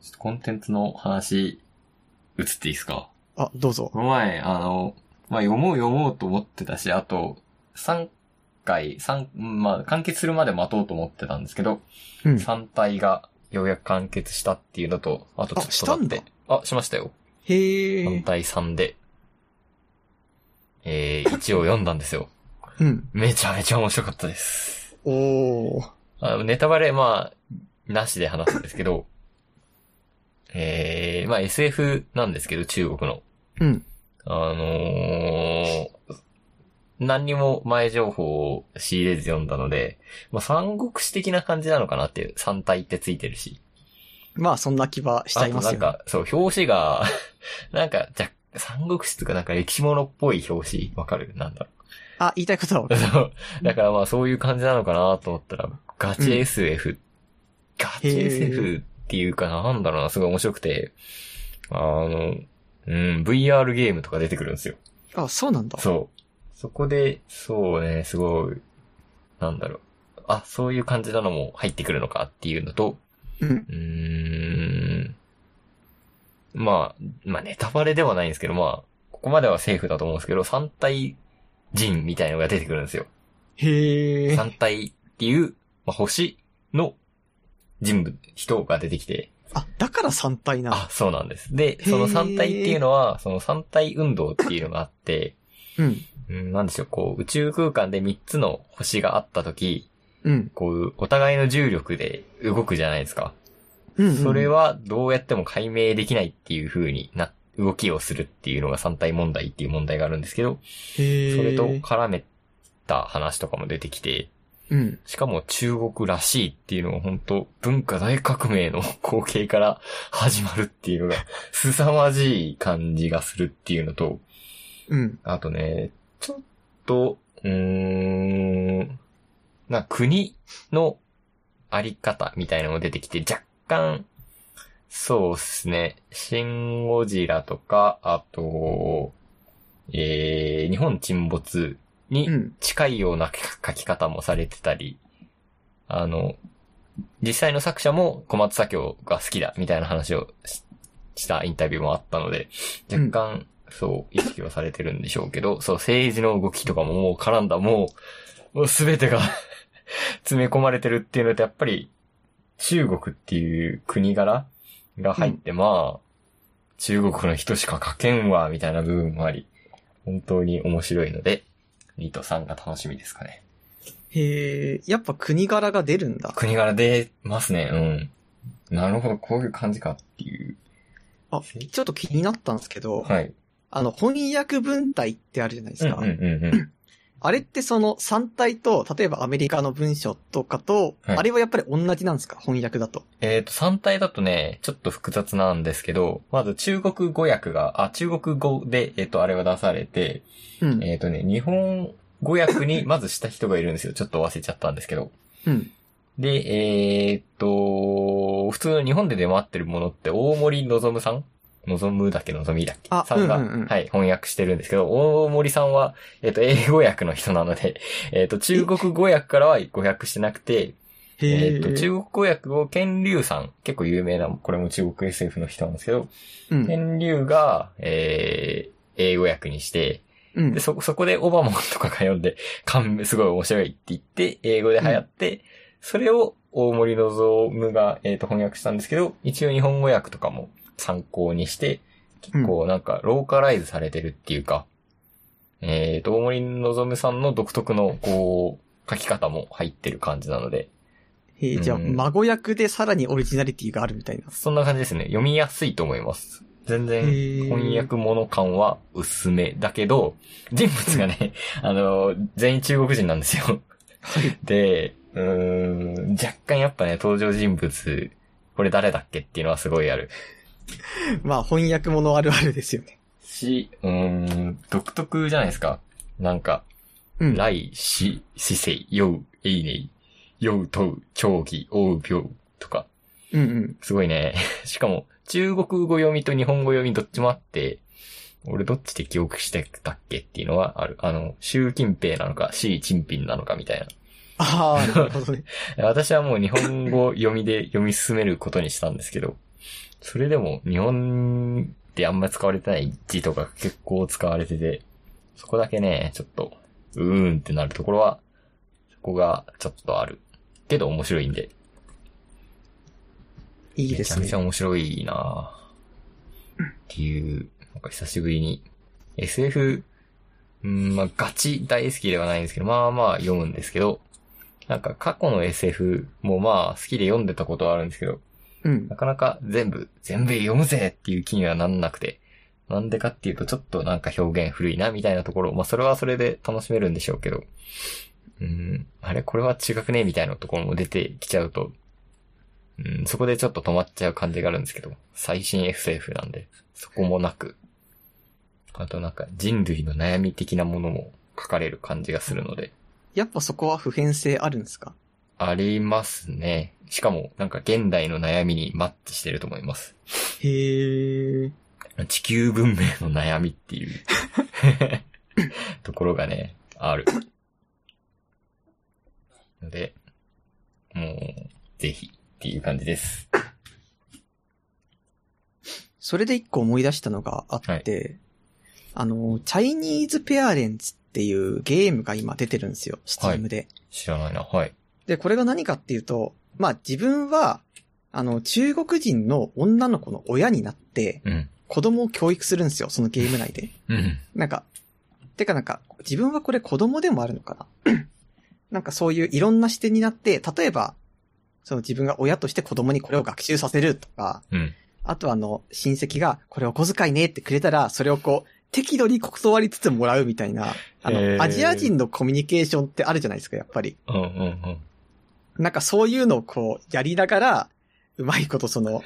[SPEAKER 2] ちょっとコンテンツの話、移っていいですか
[SPEAKER 1] あ、どうぞ。
[SPEAKER 2] この前、あの、まあ、読もう読もうと思ってたし、あと、3回、三うんまあ、完結するまで待とうと思ってたんですけど、
[SPEAKER 1] うん。
[SPEAKER 2] 3体がようやく完結したっていうのと、あとちょっとだって。
[SPEAKER 1] あしたんだ
[SPEAKER 2] あ、しましたよ。
[SPEAKER 1] へ
[SPEAKER 2] 3
[SPEAKER 1] え。
[SPEAKER 2] 対3で。えー、一応読んだんですよ。
[SPEAKER 1] うん。
[SPEAKER 2] めちゃめちゃ面白かったです。
[SPEAKER 1] おー。
[SPEAKER 2] あネタバレ、まあ、なしで話すんですけど、えー、まあ SF なんですけど、中国の。
[SPEAKER 1] うん。
[SPEAKER 2] あのー何にも前情報を仕入れず読んだので、まあ三国志的な感じなのかなっていう、三体ってついてるし。
[SPEAKER 1] まあそんな気はしちゃいますよ、
[SPEAKER 2] あとなんか、そう、表紙が、 なんか、じゃ、三国志とかなんか歴史ものっぽい表紙、わかるなんだろ
[SPEAKER 1] あ、言いたいことはわか
[SPEAKER 2] う。
[SPEAKER 1] る。
[SPEAKER 2] そう だからまあそういう感じなのかなと思ったら、ガチ SF。ガ
[SPEAKER 1] へ
[SPEAKER 2] チ
[SPEAKER 1] ー
[SPEAKER 2] SF っていうかなんだろうな、すごい面白くて、あの、うん、VR ゲームとか出てくるんですよ。
[SPEAKER 1] あ、そうなんだ。
[SPEAKER 2] そう。そこで、そうね、すごい、なんだろう。あ、そういう感じなのも入ってくるのかっていうのと、
[SPEAKER 1] うん。
[SPEAKER 2] うーんまあ、まあネタバレではないんですけど、まあ、ここまではセーフだと思うんですけど、三体人みたいなのが出てくるんですよ。
[SPEAKER 1] へえ。
[SPEAKER 2] 三体っていう、まあ、星の人物、人が出てきて、
[SPEAKER 1] あ、だから3体なんだ。
[SPEAKER 2] あ、そうなんです。で、その三体っていうのは、その三体運動っていうのがあって、
[SPEAKER 1] うん。
[SPEAKER 2] うん、なんでしょう、こう、宇宙空間で三つの星があった時、
[SPEAKER 1] うん。
[SPEAKER 2] こう、お互いの重力で動くじゃないですか。
[SPEAKER 1] うん。
[SPEAKER 2] それはどうやっても解明できないっていう風にな、動きをするっていうのが三体問題っていう問題があるんですけど、そ
[SPEAKER 1] へえ。
[SPEAKER 2] れと絡めた話とかも出てきて、
[SPEAKER 1] うん。
[SPEAKER 2] しかも中国らしいっていうのは本当文化大革命の光景から始まるっていうのが凄まじい感じがするっていうのと、
[SPEAKER 1] うん。
[SPEAKER 2] あとね、ちょっと、うーん、な、国のあり方みたいなのも出てきて、若干、そうっすね、シンゴジラとか、あと、えー、日本沈没に
[SPEAKER 1] うん。
[SPEAKER 2] 近いような書き方もされてたり、あの、実際の作者も小松左京が好きだみたいな話をししたインタビューもあったので、若干、そう、意識はされてるんでしょうけど、そう、政治の動きとかももう絡んだ、もう、もうすべてが詰め込まれてるっていうのと、やっぱり、中国っていう国柄が入って、まあ、中国の人しか書けんわ、みたいな部分もあり、本当に面白いので、2と3が楽しみですかね。
[SPEAKER 1] へえ。やっぱ国柄が出るんだ。
[SPEAKER 2] 国柄出ますね、うん。なるほど、こういう感じかっていう。
[SPEAKER 1] あ、ちょっと気になったんですけど、
[SPEAKER 2] はい。
[SPEAKER 1] あの、翻訳文体ってあるじゃないで
[SPEAKER 2] うん
[SPEAKER 1] す
[SPEAKER 2] う
[SPEAKER 1] か。
[SPEAKER 2] んうんうん。
[SPEAKER 1] あれってその3体と、例えばアメリカの文章とかと、
[SPEAKER 2] はい
[SPEAKER 1] あれはやっぱり同じなんですか翻訳だと。
[SPEAKER 2] えっ、と、3体だとね、ちょっと複雑なんですけど、まず中国語訳が、あ、中国語で、えっ、と、あれは出されて、
[SPEAKER 1] うん。
[SPEAKER 2] えっ、とね、日本語訳にまずした人がいるんですよ。ちょっ と忘れちゃったんですけど。
[SPEAKER 1] うん。
[SPEAKER 2] で、えーっと、普通の日本で出回ってるものって、大森のぞむさんのぞむだっけのぞみだっけ
[SPEAKER 1] あ
[SPEAKER 2] さんが、
[SPEAKER 1] うんうんうん
[SPEAKER 2] はい、翻訳してるんですけど、大森さんは、えーっと、英語訳の人なので、 えーっと、中国語訳からは語訳してなくて、
[SPEAKER 1] へ
[SPEAKER 2] え
[SPEAKER 1] え。
[SPEAKER 2] ーっと、中国語訳を、健龍さん、結構有名な、これも中国 SF の人なんですけど、
[SPEAKER 1] うん。
[SPEAKER 2] 健龍が、えー、英語訳にして、
[SPEAKER 1] うん
[SPEAKER 2] で、。そ、そこでオバマとかが読んで、 感銘すごい面白いって言って、英語で流行って、それを大森のぞむが、えっ、と、翻訳したんですけど、一応日本語訳とかも参考にして、結構なんか、ローカライズされてるっていうか、えっ、と、大森のぞむさんの独特の、こう、書き方も入ってる感じなので、
[SPEAKER 1] へえ、じゃあ、
[SPEAKER 2] うん
[SPEAKER 1] 孫役でさらにオリジナリティがあるみたいな。
[SPEAKER 2] そんな感じですね。読みやすいと思います。全
[SPEAKER 1] へ
[SPEAKER 2] 然、
[SPEAKER 1] ー
[SPEAKER 2] 翻訳物感は薄め。だけど、人物がね、 あの、全員中国人なんですよ。
[SPEAKER 1] はい。
[SPEAKER 2] で、うーん、若干やっぱね、登場人物、これ誰だっけっていうのはすごいある。
[SPEAKER 1] まあ、翻訳ものあるあるですよね。
[SPEAKER 2] し、うーん、独特じゃないですか。なんか、
[SPEAKER 1] うん。
[SPEAKER 2] 来、し、しせい、よう、えいねい、酔う、問う、狂気、追う、病とか。
[SPEAKER 1] うんうん。
[SPEAKER 2] すごいね。 しかも、中国語読みと日本語読みどっちもあって、俺どっちで記憶してたっけっていうのはある。あの、習近平なのか、習近平なのかみたい
[SPEAKER 1] ああ、なるほどね。
[SPEAKER 2] な。私はもう日本語読みで読み進めることにしたんですけど、それでも日本ってあんま使われてない字とか結構使われてて、そこだけね、ちょっと、うーんってなるところは、そこがちょっとある。けど面白いんで。
[SPEAKER 1] いいです
[SPEAKER 2] めちゃめちゃ
[SPEAKER 1] ね。
[SPEAKER 2] 面白いなぁっていう、なんか久しぶりに。SF、うん、まあガチ大好きではないんですけど、まあまあ読むんですけど、なんか過去の SF もまあ好きで読んでたことはあるんですけど、
[SPEAKER 1] うん
[SPEAKER 2] な。かなか全部、全部読むぜっていう気にはなんなくて、なんでかっていうとちょっとなんか表現古いなみたいなところ、まあそれはそれで楽しめるんでしょうけど、うん、あれこれは違くねみたいなところも出てきちゃうと、うん、そこでちょっと止まっちゃう感じがあるんですけど、最新 SF なんで、そこもなく、あとなんか人類の悩み的なものも書かれる感じがするので、
[SPEAKER 1] やっぱそこは普遍性あるんですか
[SPEAKER 2] ありますね。しかもなんか現代の悩みにマッチしてると思います。
[SPEAKER 1] へえ。
[SPEAKER 2] 地球文明の悩みっていうところがね、ある。ので、もう、ぜひっていう感じです。
[SPEAKER 1] それで一個思い出したのがあって、あの、チャイニーズペアレンツっていうゲームが今出てるんですよ、ス Steam で。
[SPEAKER 2] 知らないな。はい。
[SPEAKER 1] で、これが何かっていうと、まあ自分は、あの、中国人の女の子の親になって、
[SPEAKER 2] うん。
[SPEAKER 1] 子供を教育するんですよ、そのゲーム内で。
[SPEAKER 2] うん。
[SPEAKER 1] なんか、てかなんか、自分はこれ子供でもあるのかな なんかそういういろんな視点になって、例えば、その自分が親として子供にこれを学習させるとか、
[SPEAKER 2] うん。
[SPEAKER 1] あとはあの、親戚がこれお小遣いねってくれたら、それをこう、適度に断りつつもらうみたいな、あの、
[SPEAKER 2] へー
[SPEAKER 1] アジア人のコミュニケーションってあるじゃないですか、やっぱり。
[SPEAKER 2] うんうん
[SPEAKER 1] なんかそういうのをこう、やりながら、うまいことその、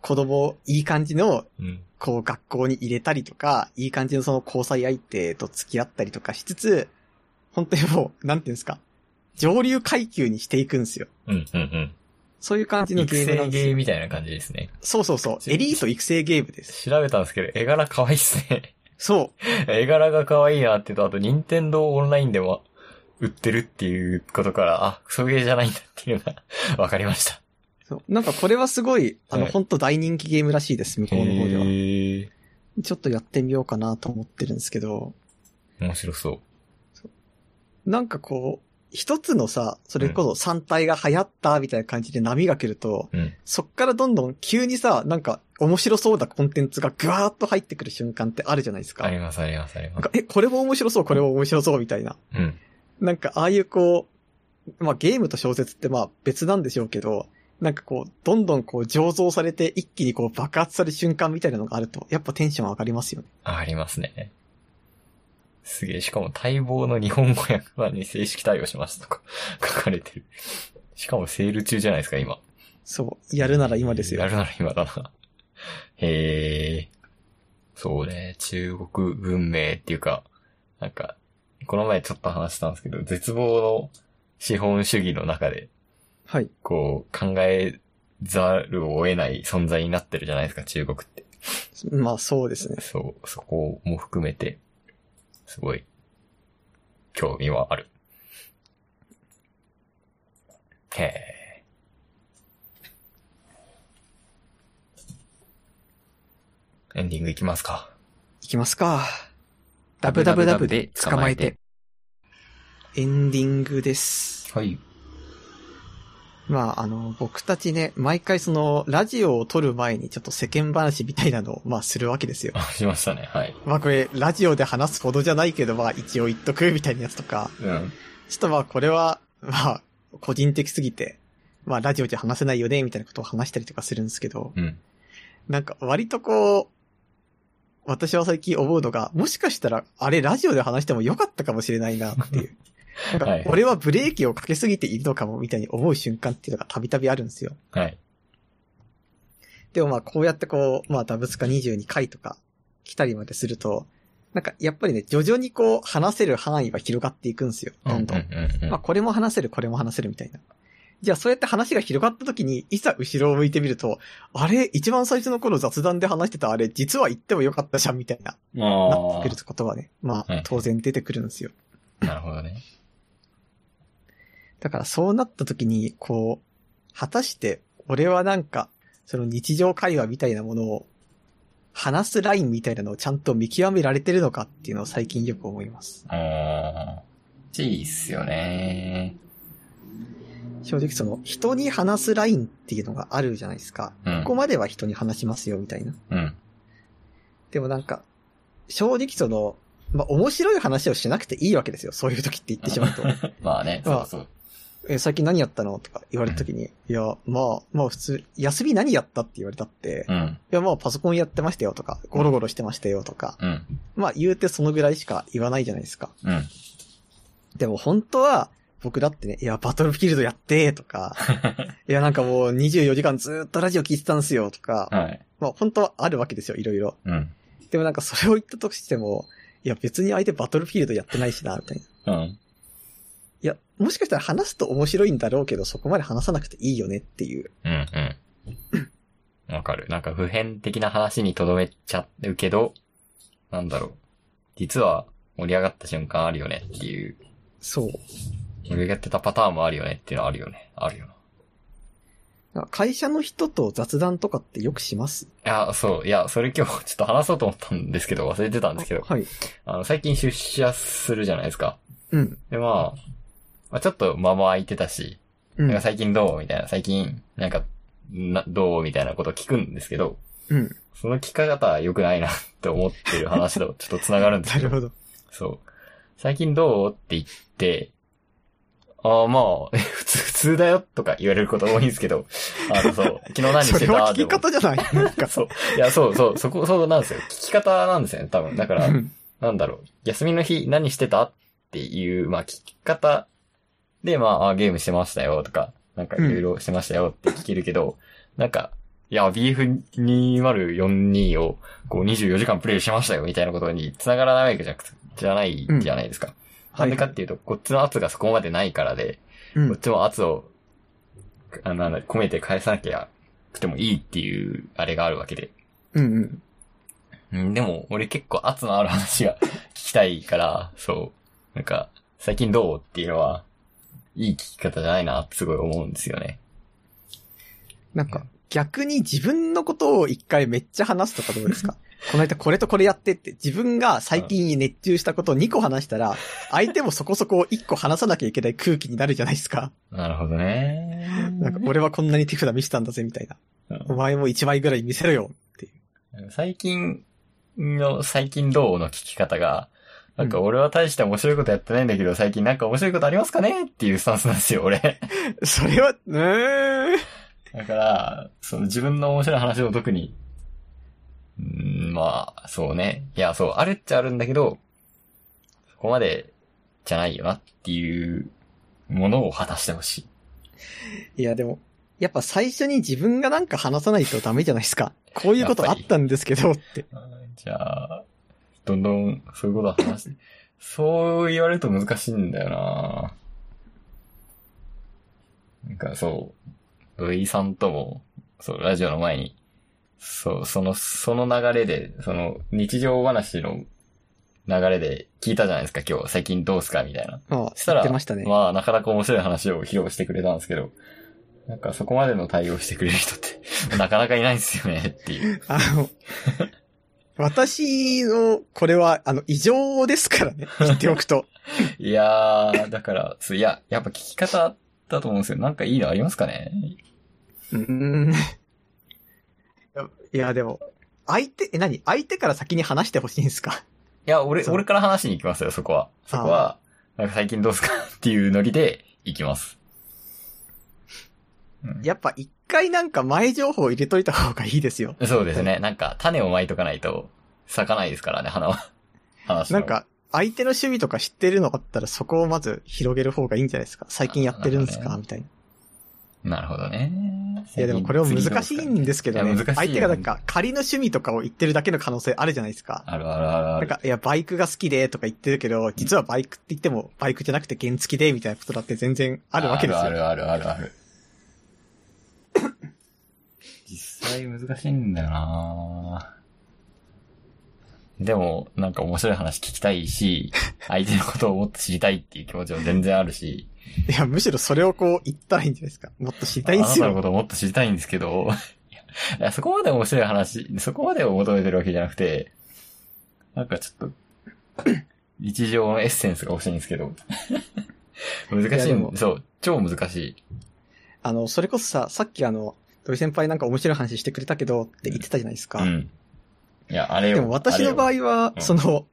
[SPEAKER 1] 子供をいい感じの
[SPEAKER 2] うん。うん。
[SPEAKER 1] こう学校に入れたりとか、いい感じのその交際相手と付き合ったりとかしつつ、本当にもう、なんていうんですか、上流階級にしていくんですよ。
[SPEAKER 2] うんうん
[SPEAKER 1] そういう感じ
[SPEAKER 2] うん。
[SPEAKER 1] のゲ
[SPEAKER 2] 育
[SPEAKER 1] ームなん
[SPEAKER 2] 成ゲ
[SPEAKER 1] です
[SPEAKER 2] ー
[SPEAKER 1] よ。
[SPEAKER 2] みたいな感じですね。
[SPEAKER 1] そうそうそう。エリート育成ゲームです。
[SPEAKER 2] 調べたんですけど、絵柄可愛いっすね。
[SPEAKER 1] そう。
[SPEAKER 2] 絵柄が可愛いなってと、あと、任天堂オンラインでも売ってるっていうことから、あ、クソゲーじゃないんだっていうのが わかりました。
[SPEAKER 1] そうなんかこれはすごい、あの、
[SPEAKER 2] はい
[SPEAKER 1] 本当大人気ゲームらしいです、向こうの方で
[SPEAKER 2] へ
[SPEAKER 1] は。
[SPEAKER 2] ー
[SPEAKER 1] ちょっとやってみようかなと思ってるんですけど、
[SPEAKER 2] 面白そう。
[SPEAKER 1] なんかこう、一つのさ、それこそ三体が流行ったみたいな感じで波が来ると、
[SPEAKER 2] うん。
[SPEAKER 1] そっからどんどん急にさ、なんか面白そうなコンテンツがぐわーっと入ってくる瞬間ってあるじゃないですか。
[SPEAKER 2] あり
[SPEAKER 1] な
[SPEAKER 2] ます、あります、ありま
[SPEAKER 1] ん
[SPEAKER 2] す
[SPEAKER 1] か。え、これも面白そう、これも面白そう、みたいな。
[SPEAKER 2] うん。
[SPEAKER 1] なんかああいうこう、まあゲームと小説ってまあ別なんでしょうけど、なんかこう、どんどんこう醸造されて一気にこう爆発される瞬間みたいなのがあると、やっぱテンション上がりますよね。
[SPEAKER 2] ありますね。すげえ、しかも待望の日本語訳版に正式対応しますとか 書かれてる。しかもセール中じゃないですか、今。
[SPEAKER 1] そう。やるなら今ですよ
[SPEAKER 2] や。るなら今だな。へえ。そうね、中国文明っていうか、なんか、この前ちょっと話したんですけど、絶望の資本主義の中で、
[SPEAKER 1] はい。
[SPEAKER 2] こう、考えざるを得ない存在になってるじゃないですか、中国って。
[SPEAKER 1] まあそうですね。
[SPEAKER 2] そう、そこも含めて、すごい、興味はある。へえ。エンディングいきますか。
[SPEAKER 1] いきますか。ダブダブダブで捕まえて。エンディングです。
[SPEAKER 2] はい。
[SPEAKER 1] まあ、あの、僕たちね、毎回その、ラジオを撮る前にちょっと世間話みたいなのを、まあ、するわけですよ。
[SPEAKER 2] あ、しましたね。はい。
[SPEAKER 1] まあ、これ、ラジオで話すほどじゃないけど、まあ、一応言っとくみたいなやつとか、
[SPEAKER 2] うん。
[SPEAKER 1] ちょっとまあ、これは、まあ、個人的すぎて、まあ、ラジオじゃ話せないよね、みたいなことを話したりとかするんですけど、
[SPEAKER 2] うん。
[SPEAKER 1] なんか、割とこう、私は最近思うのが、もしかしたら、あれ、ラジオで話してもよかったかもしれないな、って いう。なんか
[SPEAKER 2] はい、
[SPEAKER 1] 俺はブレーキをかけすぎているのかも、みたいに思う瞬間っていうのがたびたびあるんですよ。
[SPEAKER 2] はい。
[SPEAKER 1] でもまあこうやってこう、まあダブスカ22回とか来たりまですると、なんかやっぱりね、徐々にこう話せる範囲が広がっていくんですよ、どんどん。
[SPEAKER 2] うんうんうんうん
[SPEAKER 1] まあこれも話せる、これも話せるみたいな。じゃあそうやって話が広がった時に、いざ後ろを向いてみると、あれ、一番最初の頃雑談で話してたあれ、実は言ってもよかったじゃん、みたいな、な
[SPEAKER 2] あ
[SPEAKER 1] ってくることがね、ま
[SPEAKER 2] うん
[SPEAKER 1] あ、当然出てくるんですよ。
[SPEAKER 2] あ。なるほどね。
[SPEAKER 1] だからそうなった時に、こう、果たして、俺はなんか、その日常会話みたいなものを、話すラインみたいなのをちゃんと見極められてるのかっていうのを最近よく思います。
[SPEAKER 2] あー。いいっすよね。
[SPEAKER 1] 正直その、人に話すラインっていうのがあるじゃないですか。
[SPEAKER 2] う
[SPEAKER 1] こ
[SPEAKER 2] ん
[SPEAKER 1] こ。までは人に話しますよ、みたいな。
[SPEAKER 2] うん。
[SPEAKER 1] でもなんか、正直その、まあ、面白い話をしなくていいわけですよ。そういう時って言ってしまうと。
[SPEAKER 2] まあね、そうそう。
[SPEAKER 1] え、最近何やったのとか言われた時に、いや、まあ、まあ普通、休み何やったって言われたって、い
[SPEAKER 2] うん。
[SPEAKER 1] や、まあパソコンやってましたよとか、ゴロゴロしてましたよとか、
[SPEAKER 2] うん。
[SPEAKER 1] まあ言うてそのぐらいしか言わないじゃないですか。
[SPEAKER 2] うん。
[SPEAKER 1] でも本当は、僕だってね、いや、バトルフィールドやってーと か、いや、なんかもう24時間ずーっとラジオ聞いてたんすよとか、
[SPEAKER 2] はい。
[SPEAKER 1] まあ本当はあるわけですよ、いろいろ。
[SPEAKER 2] うん。
[SPEAKER 1] でもなんかそれを言ったとしても、いや別に相手バトルフィールドやってないしな、みたいな。い
[SPEAKER 2] うん。
[SPEAKER 1] や、もしかしたら話すと面白いんだろうけど、そこまで話さなくていいよねっていう。
[SPEAKER 2] うん。うん。わかる。なんか普遍的な話にとどめちゃうけど、なんだろう。実は盛り上がった瞬間あるよねっていう、
[SPEAKER 1] そう。
[SPEAKER 2] 盛り上がってたパターンもあるよねっていうのはあるよね。あるよな。
[SPEAKER 1] なんか会社の人と雑談とかってよくします
[SPEAKER 2] いや、そう。いや、それ今日ちょっと話そうと思ったんですけど、忘れてたんですけど、
[SPEAKER 1] はい。
[SPEAKER 2] あの、最近出社するじゃないですか。
[SPEAKER 1] うん。
[SPEAKER 2] で、まあ、まあ、ちょっと間も空いてたし、
[SPEAKER 1] う
[SPEAKER 2] なんか
[SPEAKER 1] ん。
[SPEAKER 2] 最近どうみたいな、最近、なんか、な、どうみたいなこと聞くんですけど、
[SPEAKER 1] うん。
[SPEAKER 2] その聞か方良くないなって思ってる話と ちょっと繋がるんです
[SPEAKER 1] な
[SPEAKER 2] け
[SPEAKER 1] るほ
[SPEAKER 2] ど、
[SPEAKER 1] ど。
[SPEAKER 2] そう。最近どうって言って、ああ、まあ、 普通、普通だよとか言われること多いんですけど、あ の、そう、昨日何し
[SPEAKER 1] それ
[SPEAKER 2] てた
[SPEAKER 1] は聞
[SPEAKER 2] で
[SPEAKER 1] き
[SPEAKER 2] も
[SPEAKER 1] 方じゃないなんか。
[SPEAKER 2] そう。いや、そうそう、そこ、そうなんですよ。聞き方なんですよね、多分。だから
[SPEAKER 1] う、ん
[SPEAKER 2] なんだろう、休みの日何してたっていう、まあ聞き方で、まあ、あゲームしてましたよとか、なんかいろいろしてましたよって聞けるけど、なんか、いや、BF2042 をこう24時間プレイしましたよみたいなことに繋がらないわけじゃなくじゃないじゃないですか。な
[SPEAKER 1] は
[SPEAKER 2] ん
[SPEAKER 1] い
[SPEAKER 2] でかっていうと、こっちの圧がそこまでないからで、
[SPEAKER 1] う
[SPEAKER 2] こっ
[SPEAKER 1] ん。
[SPEAKER 2] ちも圧を、あなんだ、込めて返さなきゃくてもいいっていう、あれがあるわけで。
[SPEAKER 1] うんうん。
[SPEAKER 2] うん、でも、俺結構圧のある話が 聞きたいから、そう。なんか、最近どうっていうのは、いい聞き方じゃないなってすごい思うんですよね。
[SPEAKER 1] なんか、逆に自分のことを一回めっちゃ話すとかどう ですかこの間これとこれやってって、自分が最近熱中したことを2個話したら、相手もそこそこ1個話さなきゃいけない空気になるじゃないですか。
[SPEAKER 2] なるほどね。
[SPEAKER 1] なんか、俺はこんなに手札見せたんだぜ、みたいな。
[SPEAKER 2] う
[SPEAKER 1] お前も1枚ぐらい見せろよ、っていう。
[SPEAKER 2] ん最近の、最近どうの聞き方が、なんか俺は大して面白いことやってないんだけど、最近なんか面白いことありますかねっていうスタンスなんですよ、俺。
[SPEAKER 1] それは、うーん。
[SPEAKER 2] だから、その自分の面白い話を特に、うーん、まあ、そうね。いや、そう、あるっちゃあるんだけど、そこまでじゃないよなっていうものを果たしてほしい。
[SPEAKER 1] いや、でも、やっぱ最初に自分がなんか話さないとダメじゃないですか。こういうことあったんですけどって。
[SPEAKER 2] じゃあ、どんどんそういうことは話して、そう言われると難しいんだよななんかそう、土井さんとも、そう、ラジオの前に、そう、その、その流れで、その、日常話の流れで聞いたじゃないですか、今日、最近どうすかみたいな。
[SPEAKER 1] ああ、
[SPEAKER 2] した
[SPEAKER 1] 言
[SPEAKER 2] ら
[SPEAKER 1] ってましたね。
[SPEAKER 2] まあ、なかなか面白い話を披露してくれたんですけど、なんかそこまでの対応してくれる人って、なかなかいないんですよね、っていう。
[SPEAKER 1] あの、私の、これは、あの、異常ですからね。言っておくと。
[SPEAKER 2] いやー、だから、そういや、やっぱ聞き方だと思うんですよ。なんかいいのありますかね
[SPEAKER 1] うーん。いやいや、でも、相手、え、何相手から先に話してほしいんですか
[SPEAKER 2] いや、俺、
[SPEAKER 1] そう
[SPEAKER 2] 俺から話しに行きますよ、そこは。そこは、なんか最近どうすかっていうノリで行きます。うん
[SPEAKER 1] やっぱ一回なんか前情報入れといた方がいいですよ。
[SPEAKER 2] そうですね。なんか、種をまいとかないと、咲かないですからね、花は。 話の
[SPEAKER 1] なん、か、相手の趣味とか知ってるのあったらそこをまず広げる方がいいんじゃないですか最近やってるんです
[SPEAKER 2] あな
[SPEAKER 1] か
[SPEAKER 2] る
[SPEAKER 1] みたいな。
[SPEAKER 2] なるほどね。
[SPEAKER 1] いやでもこれは難しいんですけど
[SPEAKER 2] いや
[SPEAKER 1] ね
[SPEAKER 2] 難しい。よ
[SPEAKER 1] 相手がなんか仮の趣味とかを言ってるだけの可能性あるじゃないですか。
[SPEAKER 2] あるあるあるあ
[SPEAKER 1] な
[SPEAKER 2] る
[SPEAKER 1] ん。か、いや、バイクが好きでとか言ってるけど、実はバイクって言っても、バイクじゃなくて原付きでみたいなことだって全然あるわけですよ。
[SPEAKER 2] あるあるあるある。際難しいんだよなでも、なんか面白い話聞きたい し、相手のことをもっと知りたいっていう気持ちも全然あるし、
[SPEAKER 1] いや、むしろそれをこう言ったらいいんじゃないですか。もっと知りたいん
[SPEAKER 2] あ
[SPEAKER 1] で
[SPEAKER 2] な
[SPEAKER 1] す
[SPEAKER 2] たのこ
[SPEAKER 1] よ。
[SPEAKER 2] とをもっと知りたいんですけど、いやそこまで面白い話、そこまでを求めてるわけじゃなくて、なんかちょっと、日常のエッセンスが欲しいんです けど。難
[SPEAKER 1] いや
[SPEAKER 2] しい
[SPEAKER 1] で
[SPEAKER 2] も
[SPEAKER 1] も
[SPEAKER 2] ん。そう、超難しい。
[SPEAKER 1] あの、それこそさ、さっきあの、土井先輩なんか面白い話してくれたけどって言ってたじゃないですか。
[SPEAKER 2] うん。いや、あれよ。
[SPEAKER 1] でも私の場
[SPEAKER 2] あ
[SPEAKER 1] 合は
[SPEAKER 2] う、ん
[SPEAKER 1] その、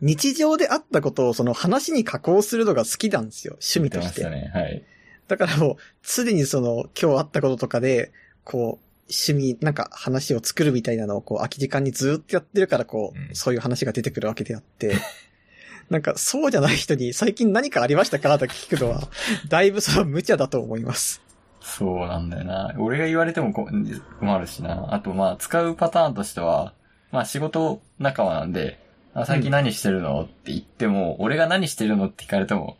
[SPEAKER 1] 日常であったことをその話に加工するのが好きなんですよ。趣味として。
[SPEAKER 2] 言ってましたね。はい。
[SPEAKER 1] だからもう、常にその、今日あったこととかで、こう、趣味、なんか話を作るみたいなのをこう、空き時間にずっとやってるから、こう、
[SPEAKER 2] うん
[SPEAKER 1] そういう話が出てくるわけであって、 なんか、そうじゃない人に、最近何かありましたかとか聞くの は、だいぶその無茶だと思います。
[SPEAKER 2] そうなんだよな。俺が言われてもこ困るしな。あと、まあ、使うパターンとしては、まあ、仕事仲間なんで、あ最近何してるのって言っても、俺が何してるのって聞かれても、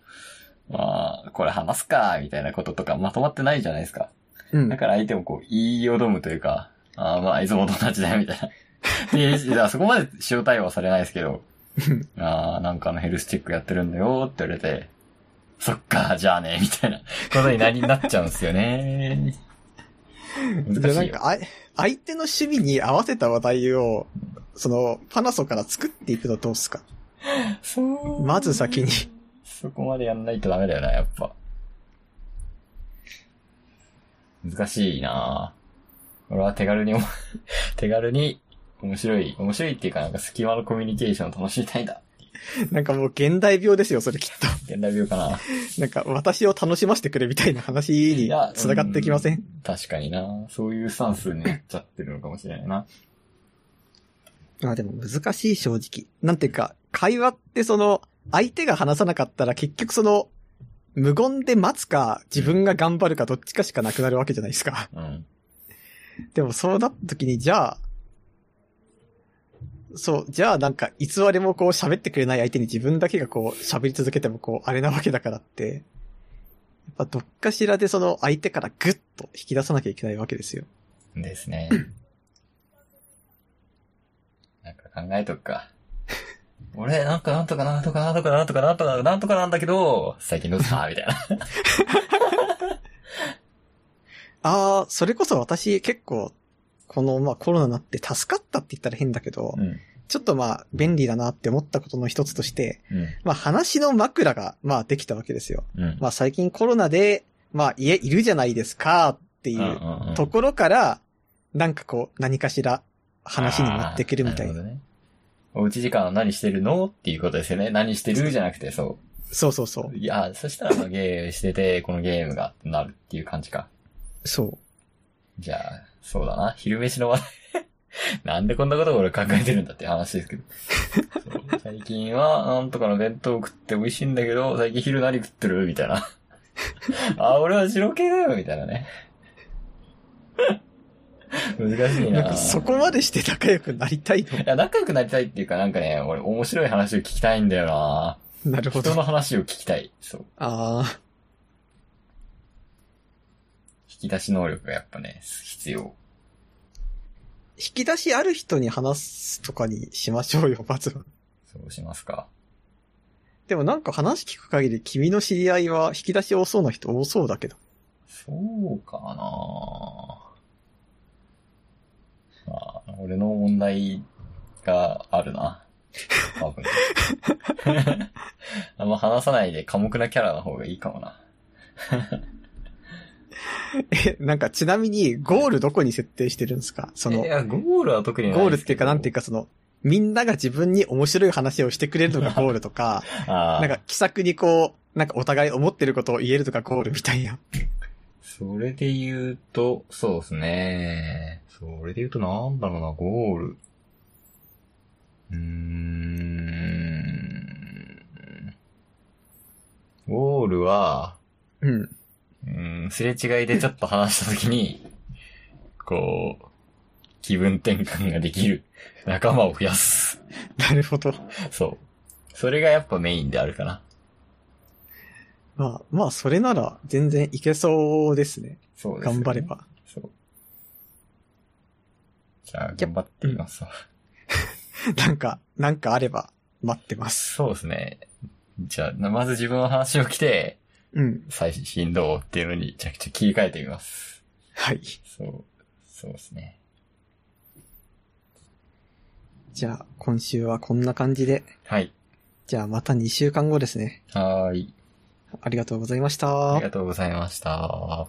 [SPEAKER 2] まあ、これ話すか、みたいなこととかまとまってないじゃないですか。
[SPEAKER 1] うん
[SPEAKER 2] だ。から相手もこう、言いよどむというか、ああ、まあ、いつもと同じだよ、みたいな。で、だからそこまで塩対応はされないですけど、ああ、なんかあのヘルスチェックやってるんだよって言われて、そっか、じゃあね、みたいなことになりなっちゃうんですよね。
[SPEAKER 1] じゃあな
[SPEAKER 2] 難し
[SPEAKER 1] ん
[SPEAKER 2] いよ。
[SPEAKER 1] かあい、相手の趣味に合わせた話題を、その、パナソから作っていくのどうっすか
[SPEAKER 2] そう
[SPEAKER 1] まず先に。
[SPEAKER 2] そこまでやんないとダメだよな、やっぱ。難しいな俺は手軽にも、 手軽に面白い、面白いっていうかなんか隙間のコミュニケーションを楽しみたいんだ。
[SPEAKER 1] なんかもう現代病ですよ、それきっと。
[SPEAKER 2] 現代病かな。
[SPEAKER 1] なんか、私を楽しませてくれみたいな話
[SPEAKER 2] い
[SPEAKER 1] に
[SPEAKER 2] や
[SPEAKER 1] 繋がってきません
[SPEAKER 2] 確かになそういうスタンスになっちゃってるのかもしれないな。
[SPEAKER 1] あ、でも難しい正直。なんていうか、会話ってその、相手が話さなかったら結局その、無言で待つか、自分が頑張るかどっちかしかなくなるわけじゃないですか。
[SPEAKER 2] うん。
[SPEAKER 1] でもそうなった時に、じゃあ、そう、じゃあなんか、偽りもこう喋ってくれない相手に自分だけがこう喋り続けてもこう、あれなわけだからって、やっぱどっかしらでその相手からグッと引き出さなきゃいけないわけですよ。
[SPEAKER 2] で すね。なんか考えとくか。俺、なんかなんとかなんとかなんとかなんとかなんとかなんとかなんだけど、最近どう したみたいな。
[SPEAKER 1] ああ、それこそ私結構、このまあコロナになって助かったって言ったら変だけど、
[SPEAKER 2] うん。
[SPEAKER 1] ちょっとまあ便利だなって思ったことの一つとして、
[SPEAKER 2] うん。
[SPEAKER 1] まあ話の枕がまあできたわけですよ。
[SPEAKER 2] うん。
[SPEAKER 1] まあ最近コロナで、まあ家いるじゃないですかって
[SPEAKER 2] う
[SPEAKER 1] い
[SPEAKER 2] ん
[SPEAKER 1] う
[SPEAKER 2] うんうん
[SPEAKER 1] ところから、なんかこう何かしら話に持ってくるみたい
[SPEAKER 2] あー
[SPEAKER 1] な。
[SPEAKER 2] るほどね。おうち時間は何してるのっていうことですよね。何してるじゃなくて、そ。
[SPEAKER 1] そうそうそう
[SPEAKER 2] いや、そしたらまあゲームしてて、このゲームがなるっていう感じか。
[SPEAKER 1] う。そう。
[SPEAKER 2] じゃあ、そうだな。昼飯の話題。 なんでこんなことを俺考えてるんだって話ですけど。そう最近は、なんとかの弁当を食って美味しいんだけど、最近昼何食ってるみたいな。あ、俺は白系だよみたいなね。難しいな
[SPEAKER 1] なんかそこまでして仲良くなりたい
[SPEAKER 2] いや、仲良くなりたいっていうか、なんかね、俺面白い話を聞きたいんだよな
[SPEAKER 1] の。なるほ
[SPEAKER 2] 人
[SPEAKER 1] ど。
[SPEAKER 2] の
[SPEAKER 1] あ
[SPEAKER 2] 話を聞きたい。そう。
[SPEAKER 1] あ
[SPEAKER 2] 引き出し能力がやっぱね、必要。
[SPEAKER 1] ー、引き出しある人に話すとかにしましょうよ、まずは。
[SPEAKER 2] そうしますか。
[SPEAKER 1] でもなんか話聞く限り君の知り合いは引き出し多そうな人多そうだけど。
[SPEAKER 2] そうかなまあ、俺の問題があるな。多 分。あんま話さないで寡黙なキャラの方がいいかもな。
[SPEAKER 1] え、なんかちなみにゴールどこに設定してるんですかその
[SPEAKER 2] い、や、ゴールは特にない
[SPEAKER 1] ゴールっていうかなんていう
[SPEAKER 2] う
[SPEAKER 1] かその、みんなが自分に面白い話をしてくれ るのがゴールとか、
[SPEAKER 2] か。あ
[SPEAKER 1] な
[SPEAKER 2] あ
[SPEAKER 1] ん。か気さくにこう、なんかお互い思ってることを言えるとかゴールみたいな。
[SPEAKER 2] それで言うと、そうですね。それで言うとなんだろうな、ゴール。うーん。ゴールは、
[SPEAKER 1] うん。
[SPEAKER 2] うーん、すれ違いでちょっと話したときに、こう、気分転換ができる仲間を増やす。
[SPEAKER 1] なるほど。
[SPEAKER 2] そう。それがやっぱメインであるかな。
[SPEAKER 1] まあ、まあそれなら全然いけそうですね。
[SPEAKER 2] そうです、
[SPEAKER 1] 頑張れ。ば。
[SPEAKER 2] そう。じゃあ、頑張ってみますわ。
[SPEAKER 1] なんか、なんかあれば待ってます。
[SPEAKER 2] そうですね。じゃあ、まず自分の話を来て、
[SPEAKER 1] うん。
[SPEAKER 2] 最新動っていうのに、ちゃくちゃ切り替えてみます。
[SPEAKER 1] はい。
[SPEAKER 2] そう、そうですね。
[SPEAKER 1] じゃあ、今週はこんな感じで。
[SPEAKER 2] はい。
[SPEAKER 1] じゃあ、また2週間後ですね。
[SPEAKER 2] はーい。
[SPEAKER 1] ありがとうございました。
[SPEAKER 2] ありがとうございました。